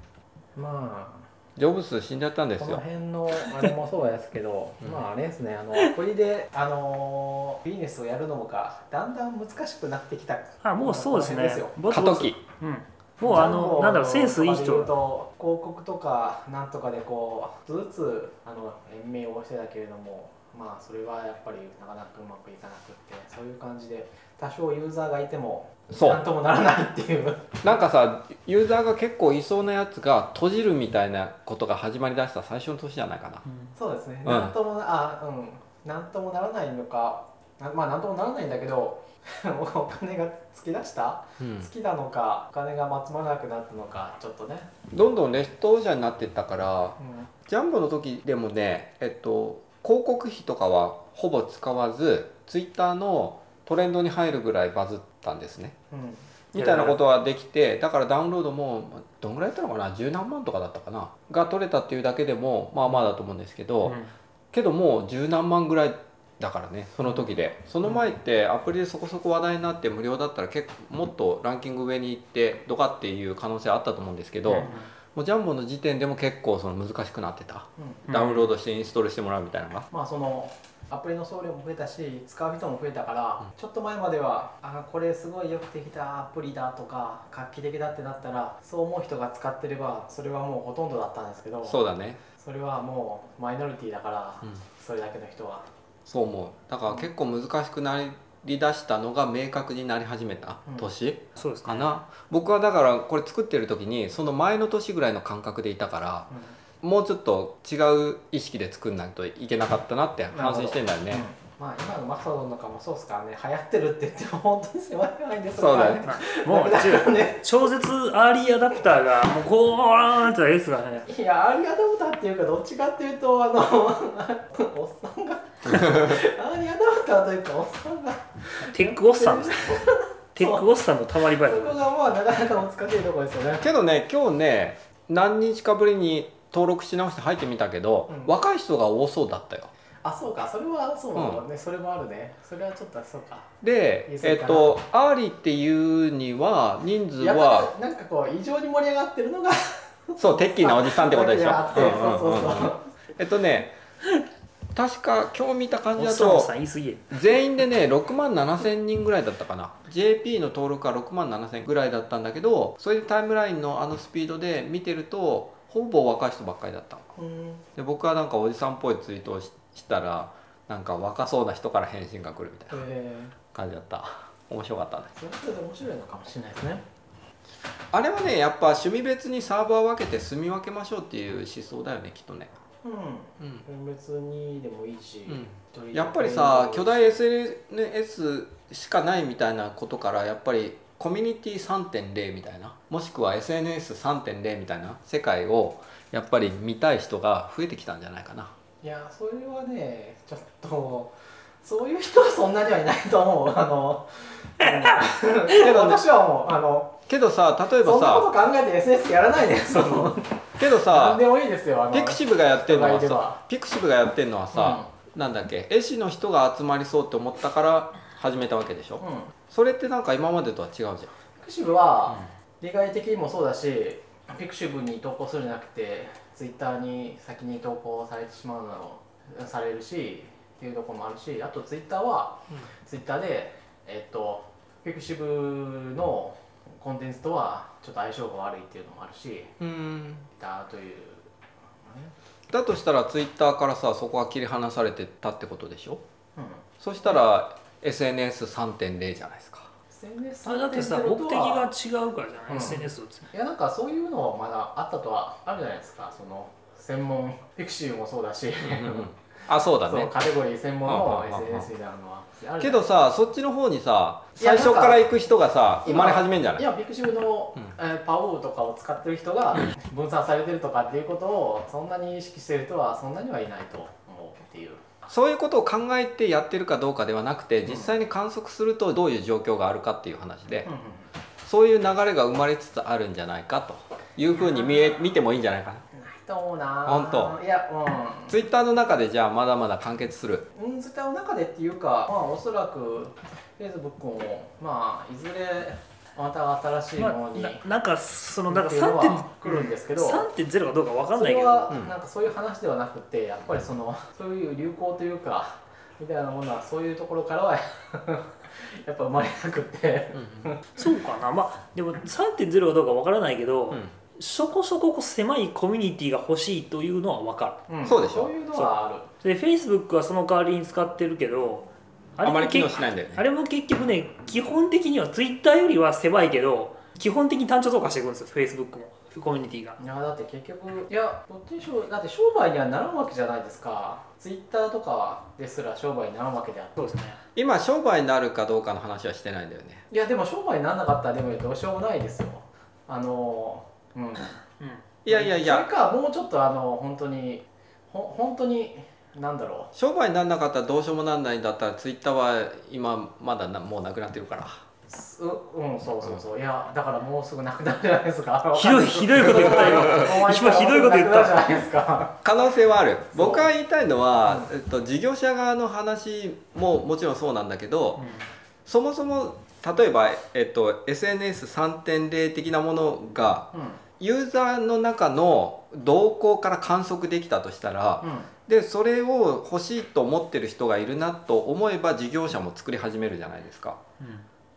B: まあ
A: ジョブズ死んじゃったんです
B: この
A: よ
B: 辺のあれもそうですけ
C: [laughs]
B: ど、
A: うん
B: まああれですねあのアプリで、あのビジネスをやるのもがだんだん難しくなってきた
C: あもうそうです
B: この辺
C: ね
B: ですよ
C: ぼつ
A: 過
C: ぼ
A: 渡
C: つ
A: 期
C: うんもうあのなんだろうセンスいい
B: とかで言う
C: 人
B: と広告とかなんとかでこうずつあの延命をしてたけれどもまあそれはやっぱりなかなかうまくいかなくってそういう感じで多少ユーザーがいても
A: そう
B: なんともならないっていう
A: なんかさユーザーが結構いそうなやつが閉じるみたいなことが始まりだした最初の年じゃないかな
C: うん
B: そうですね、
A: うん
B: なんともなあうんなんともならないのかなまあなんともならないんだけど [laughs] お金が尽きだした
A: うん
B: 尽きたのかお金がまつまらなくなったのかちょっとね、
A: どんどん劣等者になってったから
B: うん
A: ジャンボの時でもねえっと広告費とかはほぼ使わずツイッターのトレンドに入るぐらいバズったんですね
B: うん
A: みたいなことはできてだからダウンロードもどんぐらいやったのかな十何万とかだったかなが取れたっていうだけでもまあまあだと思うんですけど、
C: うん
A: けどもう十何万ぐらいだからねその時でその前ってアプリでそこそこ話題になって無料だったら結構もっとランキング上に行ってどかっていう可能性あったと思うんですけど、
C: うん
A: もうジャンボの時点でも結構その難しくなってた、
B: うん
A: ダウンロードしてインストールしてもらうみたいなのが、
B: まあそのアプリの総量も増えたし使う人も増えたから、ちょっと前まではあこれすごいよくできたアプリだとか画期的だってなったらそう思う人が使ってればそれはもうほとんどだったんですけど
A: そうだね、
B: それはもうマイノリティだから、
A: うん
B: それだけの人は
A: そう思うだから結構難しくなりだしたのが明確になり始めた
B: うん
A: 年、
C: そうです
A: か
C: ね
A: な僕はだからこれ作ってる時にその前の年ぐらいの感覚でいたからもうちょっと違う意識で作んないといけなかったなって反省してんだよね、
B: まあ今のマサドンなんかもそうですからね流行ってるって言っても本当に狭い範囲です
A: そうだよね
C: もう
B: だ
C: 中
B: からね
C: 超絶アーリーアダプターがもうこうーんってやつがね
B: いやありがとうだっていうかどっちかっていうとあの [laughs] おっさんがありがとうだというかおっさんが
C: テックおっさんですねテックおっさんのたまり場
B: そ
C: や
B: こがまあなかなか難しいところですよね。
A: けどね今日ね何日かぶりに登録し直して入ってみたけど、
B: うん
A: 若い人が多そうだったよ
B: あ、そうか、それはそうだろうね、それもあるね。それはちょっとそうか。
A: で
B: いいそう
A: えっ
B: かな
A: とアーリーっていうには人数
B: やっ
A: は
B: ぱりなんかこう異常に盛り上がってるのが
A: そうテッキーなおじさんってことでしょ
B: あって、そうそう
A: うんうんうんうん
B: そ
A: えっとね確か今日見た感じ
C: おっ
A: だ
C: さんおっ
A: と
C: さん言い過ぎや
A: 全員でね6万7千人ぐらいだったかな JP の登録は6万7千ぐらいだったんだけどそれでタイムラインのあのスピードで見てるとほぼ若い人ばっかりだった
B: う。うん。
A: で僕はなんかおじさんっぽいツイートをししたらなんか若そうな人から返信が来るみたいな
B: え
A: 感じだった面白かったね
B: ー、それはそれで面白いのかもしれないですね。
A: あれはねやっぱ趣味別にサーバー分けて住み分けましょうっていう思想だよねきっとね
B: う
A: うん
B: ん。別にでもいいし、
A: うん
B: 一人
A: やっぱりさ
B: 一
A: 巨
B: 人でも
A: 大
B: いいし
A: SNS しかないみたいなことからやっぱりコミュニティ3.0みたいなもしくは SNS3.0 みたいな世界をやっぱり見たい人が増えてきたんじゃないかない
B: や、それはね、ちょっと。そういう人はそんなにはいないと思う。あ
A: [laughs]
B: の、うん
A: けどね
B: 私はもう、あの、
A: けどさ例えば
B: そんなこと
A: さ
B: 考えて SNS やらないで、その、
A: けど
B: なん
A: さ
B: でもいいですよ。あの
A: ピクシブがやってるのは
B: 人がいれ
A: さ
B: ば
A: ピクシブがやってるのはさ、なんだっけ絵師の人が集まりそうって思ったから始めたわけでしょ、
B: うんうん
A: それってなんか今までとは違うじゃん
B: ピクシブは利害的にもそうだし、ピクシブに投稿するんじゃなくてツイッターに先に投稿されてしまうのをされるしっていうところもあるしあとツイッターは、
A: うん
B: ツイッターでえっとピクシブのコンテンツとはちょっと相性が悪いっていうのもあるしツイッ
A: うん
B: ターという、
A: だとしたらツイッターからさそこは切り離されてたってことでしょ
B: うん、
A: そしたら SNS3.0 じゃないですか
B: SNS
C: だってさ目
B: 3.0
C: 的
B: とは
C: が違うからじゃない、
B: うん
C: SNS をつ
B: いやなんかそういうのはまだあったとはあるじゃないですかその専門ピクシブもそうだ
A: ん
B: し、
A: うんあそうだ
B: そう
A: ね
B: カテゴリー専門の
A: うんうんうんうん
B: SNS みたいなのはある
A: けどさそっちの方にさ
B: いや
A: 最初から行く人がさ生まれ始めんじゃない
B: いやビクシブの、
A: うん
B: えーパオーとかを使ってる人が分散されてるとかっていうことをそんなに意識してる人はそんなにはいないと思うっていう
A: そういうことを考えてやってるかどうかではなくて実際に観測するとどういう状況があるかっていう話でそういう流れが生まれつつあるんじゃないかというふうに見え見てもいいんじゃないかな
B: ないと思うな
A: 本
B: 当いや
A: ツイッターの中でじゃあまだまだ完結する
B: うんうん絶対の中でっていうかまあおそらく Facebook もまあいずれまた新しいものに、
C: まあななんかそのなんか
B: っていうのは
C: 3
B: 来るんですけど
C: 点3.0かどうかわかん
B: そ
C: ない
B: れ
C: けど
B: は
A: うん
B: なんかそういう話ではなくてやっぱりそのそういう流行というかみたいなものはそういうところからは [laughs] やっぱ生まれなくて
C: そうかなまあでも3.0かどうかわからないけど、そこそこ狭いコミュニティが欲しいというのはわかる
A: そうでしょ
B: そういうのはある
C: で Facebook はその代わりに使ってるけどあ
A: あ
C: れ
A: ま
C: も
A: り機
C: 結
A: 能しないんだよね
C: あれも結局ね基本的には Twitter よりは狭いけど基本的に単調増加していくんですよ Facebook もコミュニティが
B: いやだって結局いやどっちにしろだって商売にはならんわけじゃないですかツイッターとかですら商売にならんわけであって
C: そうですね
A: 今商売になるかどうかの話はしてないんだよね
B: いやでも商売にならなかったらでもどうしようもないですよあのうん
C: うん
A: いやいやい
B: それ
A: や
B: かもうちょっとあの本当にほ本当になんだろ
A: 商売にならなかったらどうしようもなんないんだったらツイッターは今まだなもうなくなってるから
B: うすうんそうそうそういやだからもうすぐなくなるじゃないですか
C: ひどいひどいこと言ったよ今ひどいこと言っ
B: じゃ
C: た
B: ないですか
A: 可能性はある
B: そう
A: 僕が言いたいのは、えっと、事業者側の話ももちろんそうなんだけど、そもそも例えば、えっと、SNS3.0 的なものが
B: うん
A: ユーザーの中の動向から観測できたとしたら
B: うん
A: でそれを欲しいと思ってる人がいるなと思えば事業者も作り始めるじゃないですか。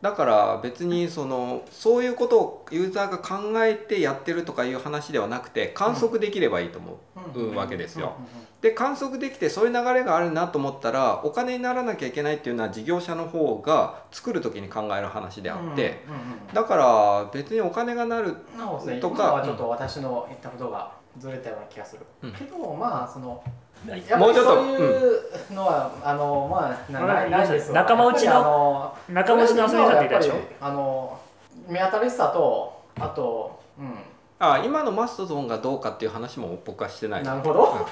A: だから別にそのそういうことをユーザーが考えてやってるとかいう話ではなくて観測できればいいと思う。
B: うん
A: うんわけですよ
B: うんうん
A: で観測できてそういう流れがあるなと思ったらお金にならなきゃいけないっていうのは事業者の方が作る時に考える話であって、
B: うんうんうん
A: だから別にお金がなる
B: なおね、
A: と
B: と
A: か
B: かはちょっと私の言ったことがずれたような気がする、
A: うん
B: けどまあその
C: う
B: や
C: ん
B: っぱ
A: もう
B: り
A: ちょっと
B: そういうのは、あのまあなないないですよ
C: 仲間内の
B: やっぱりあの
C: 仲間内の遊びになっていたでし
B: や
C: ょ
B: っぱりあの目新しさとあとうん
A: あ今のマストドンがどうかっていう話も僕はしてない
B: なるほど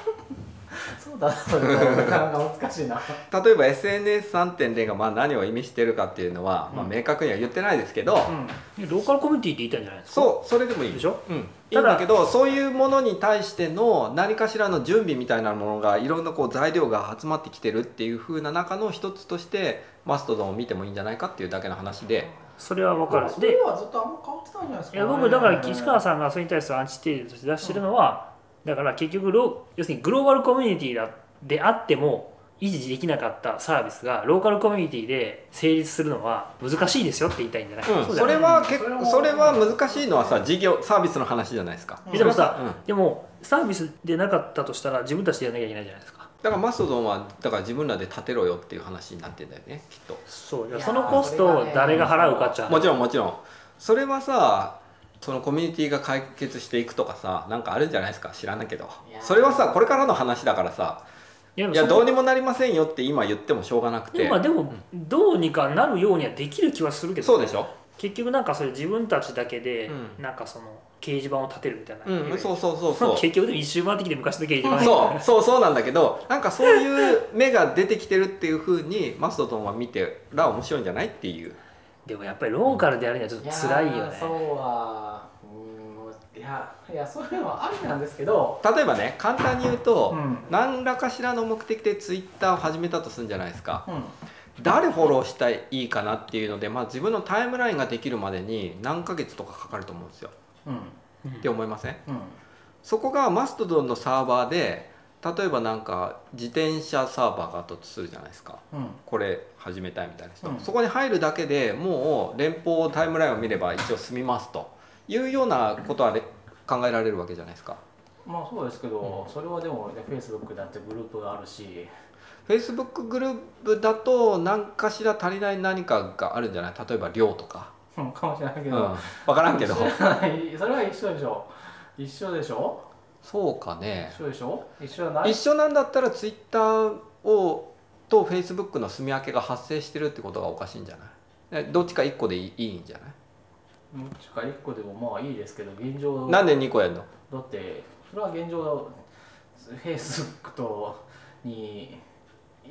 B: そうだなそれなかなか難しいな
A: 例えば SNS3.0 がまあ何を意味してるかっていうのは、まあ、
B: うん
A: 明確には言ってないですけど、
B: うん
C: ローカルコミュニティって言いたいんじゃないですか
A: そうそれでもいい
C: でしょ
A: うん、いい
C: た
A: ん
C: だ
A: だけどそういうものに対しての何かしらの準備みたいなものがいろんなこう材料が集まってきてるっていう風な中の一つとしてマストドンを見てもいいんじゃないかっていうだけの話で
C: それはわか
B: まあ
C: る
B: そ
C: で
B: れはずっとあんま変わってたんじゃないです
C: い
B: かね、
C: や僕だから岸川さんがそれに対するアンチテーゼとして出してるのは、だから結局ロー要するにグローバルコミュニティだであっても維持できなかったサービスがローカルコミュニティで成立するのは難しいですよって言いたいんじゃない、
A: うん、
C: そう
A: そ
C: じゃない
A: れは結
B: それ
A: 構
B: も
A: それは難しいのはさ事業サービスの話じゃないですか、
B: うん
A: そ
C: でも
A: した
C: さ
A: うん、
C: でもサービスでなかったとしたら自分たちでやらなきゃいけないじゃないですか
A: だからマストドンはだから自分らで立てろよっていう話になってんだよねきっと
C: そう
B: いやー
C: そのコストを誰が払うかっちゃ
A: もちろんもちろんそれはさそのコミュニティが解決していくとかさなんかあるんじゃないですか知らないけど
B: いやー
A: それはさこれからの話だからさ
C: いや
A: い
C: で
A: や
C: も
A: どうにもなりませんよって今言ってもしょうがなく
C: でも
A: て
C: まあでもどうにかなるようにはできる気はするけど
A: そうでしょ
C: 結局なんかそれ自分たちだけで、
A: うん
C: なんかその掲示板を立てるみたいな、
A: うんそううそうそうそう
C: 結局でも一周回ってきて昔の掲示板に
A: そうそうそうなんだけどなんかそういう目が出てきてるっていうふうにマストドンは見てら面白いんじゃないっていう
C: でもやっぱりローカルでやるにはちょっと辛いよ
B: やー
C: ね
B: そうはうんいやいやそういうのはありなんですけど、
A: 例えばね簡単に言う
B: う
A: と、
B: ん
A: 何らかしらの目的でツイッターを始めたとするんじゃないですか
B: うん、
A: 誰フォローしたらいいかなっていうので、まあ、自分のタイムラインができるまでに何ヶ月とかかかると思うんですよ
B: うん
C: うん
A: って思いません
B: うん
A: そこがマストドンのサーバーで例えばなんか自転車サーバーがあったとするじゃないですか
B: うん
A: これ始めたいみたいな人、
B: うん
A: そこに入るだけでもう連邦タイムラインを見れば一応済みますというようなことはね考えられるわけじゃないですか
B: まあそうですけど、それはでもね Facebook だってグループがあるし
A: Facebook グループだと何かしら足りない何かがあるんじゃない例えば量とか、
B: うんかもしれないけ
A: うん、
B: ど、
A: 分からんけど
B: 知らないそれは一緒でしょ一緒でしょ
A: そうかね
B: 一緒でしょ一緒じゃない
A: 一緒なんだったらツイッターをとフェイスブックの住み分けが発生してるってことがおかしいんじゃないえどっちか1個でいいいいんじゃない
B: どっちか1個でもまあいいですけど現状
A: なんで2個やんの
B: だってそれは現状フェイスブックとに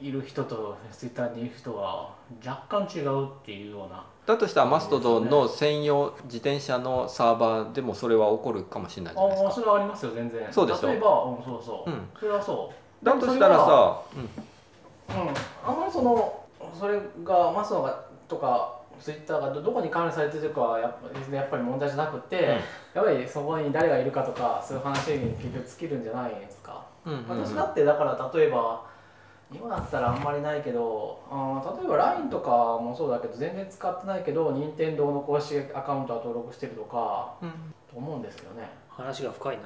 B: いる人とツイッターにいる人は若干違うっていうような
A: だとしたらマストドンの専用自転車のサーバーでもそれは起こるかもしれないじゃない
B: ああ
A: です
B: そ
A: か
B: れはありますよ全然
A: そうでしょ
B: 例えばうんそうそう、
A: うん
B: それはそう
A: だとしたらさ、
B: でもそれはうんあんまりそのそれがマスのがとかツイッターがどどこに管理されてるかはやっぱ全然やっぱり問題じゃなくて、
A: ん
B: やっぱりそこに誰がいるかとかそういう話に結局尽きるんじゃないですか、
A: うんうんうんうん
B: 私だってだから例えば今だったらあんまりないけどあー例えば LINE とかもそうだけど全然使ってないけど任天堂の公式アカウントは登録してるとか
A: うん
B: と思うんですけどね
C: 話が深いない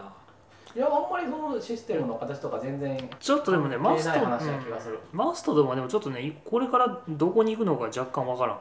B: やあんまりそのシステムの形とか全然
C: ちょっとでもねマ
B: 関係
C: ス
B: ない
C: ト
B: 話な
C: うん
B: 気がする、
C: マストでもでもちょっとねこれからどこに行くのか若干わから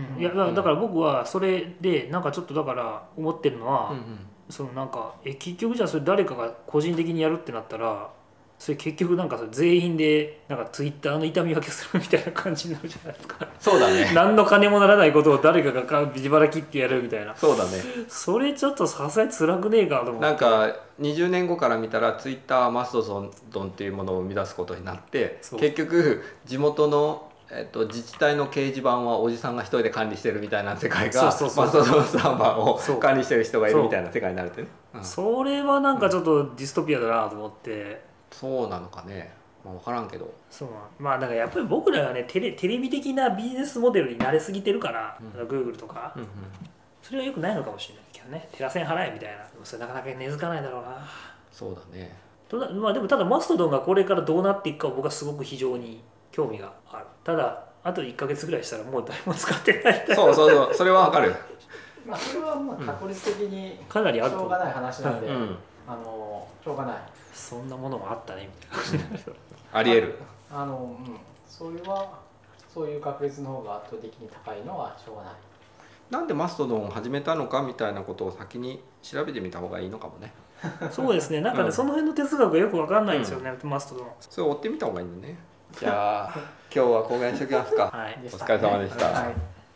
C: ん
B: うん
C: いやだからだから僕はそれでなんかちょっとだから思ってるのは、
A: うんうん
C: そのなんかえ結局じゃあそれ誰かが個人的にやるってなったらそれ結局なんかそれ全員でなんかツイッターの痛み分けするみたいな感じになるじゃないです
A: [laughs]
C: か
A: そうだね
C: 何の金もならないことを誰かがか自腹切ってやるみたいな
A: そうだね
C: それちょっとさすがに辛くねえかと思って
A: なんか20年後から見たらツイッターはマストドンっていうものを生み出すことになって
C: そう
A: 結局地元の、えっと、自治体の掲示板はおじさんが一人で管理してるみたいな世界が
C: そうそうそう
A: マストドンサーバー
C: そう
A: を管理してる人がいるみたいな世界になるってね、うん
C: それはなんかちょっとディストピアだなと思って。
A: そうなのかね、まあ、分からんけど
C: そうまあなんかやっぱり僕らがねテレテレビ的なビジネスモデルに慣れすぎてるから、
A: うん
C: あの Google とか、
A: うんうん
C: それはよくないのかもしれないけどねテラセン払えみたいなでもそれなかなか根付かないだろうな
A: そうだね
C: ただまあ、でもただマストドンがこれからどうなっていくかは僕はすごく非常に興味があるただあと1ヶ月ぐらいしたらもう誰も使ってない
A: そうそうそうそれは分かる、
B: まあ、それはまあ確率的に
C: [laughs] かなり
B: し
C: あると
B: ょ
C: 思
B: う
C: う
B: がない話なん
A: う
B: で、
A: ん、
B: あのしょうがない
C: そんなものもあったねみたいな
A: ありえる
B: あのうんそれはそういう確率の方が圧倒的に高いのはしょうがない
A: なんでマストドンを始めたのかみたいなことを先に調べてみた方がいいのかもね
B: [laughs]
C: そうですねなんかね、
A: うん
C: その辺の哲学がよくわかんないんですよね、マストドン
A: それを追ってみた方がいいんだねじゃあ今日はこの辺にしときますか
C: はい
B: でし
A: お疲れ様でした
B: はい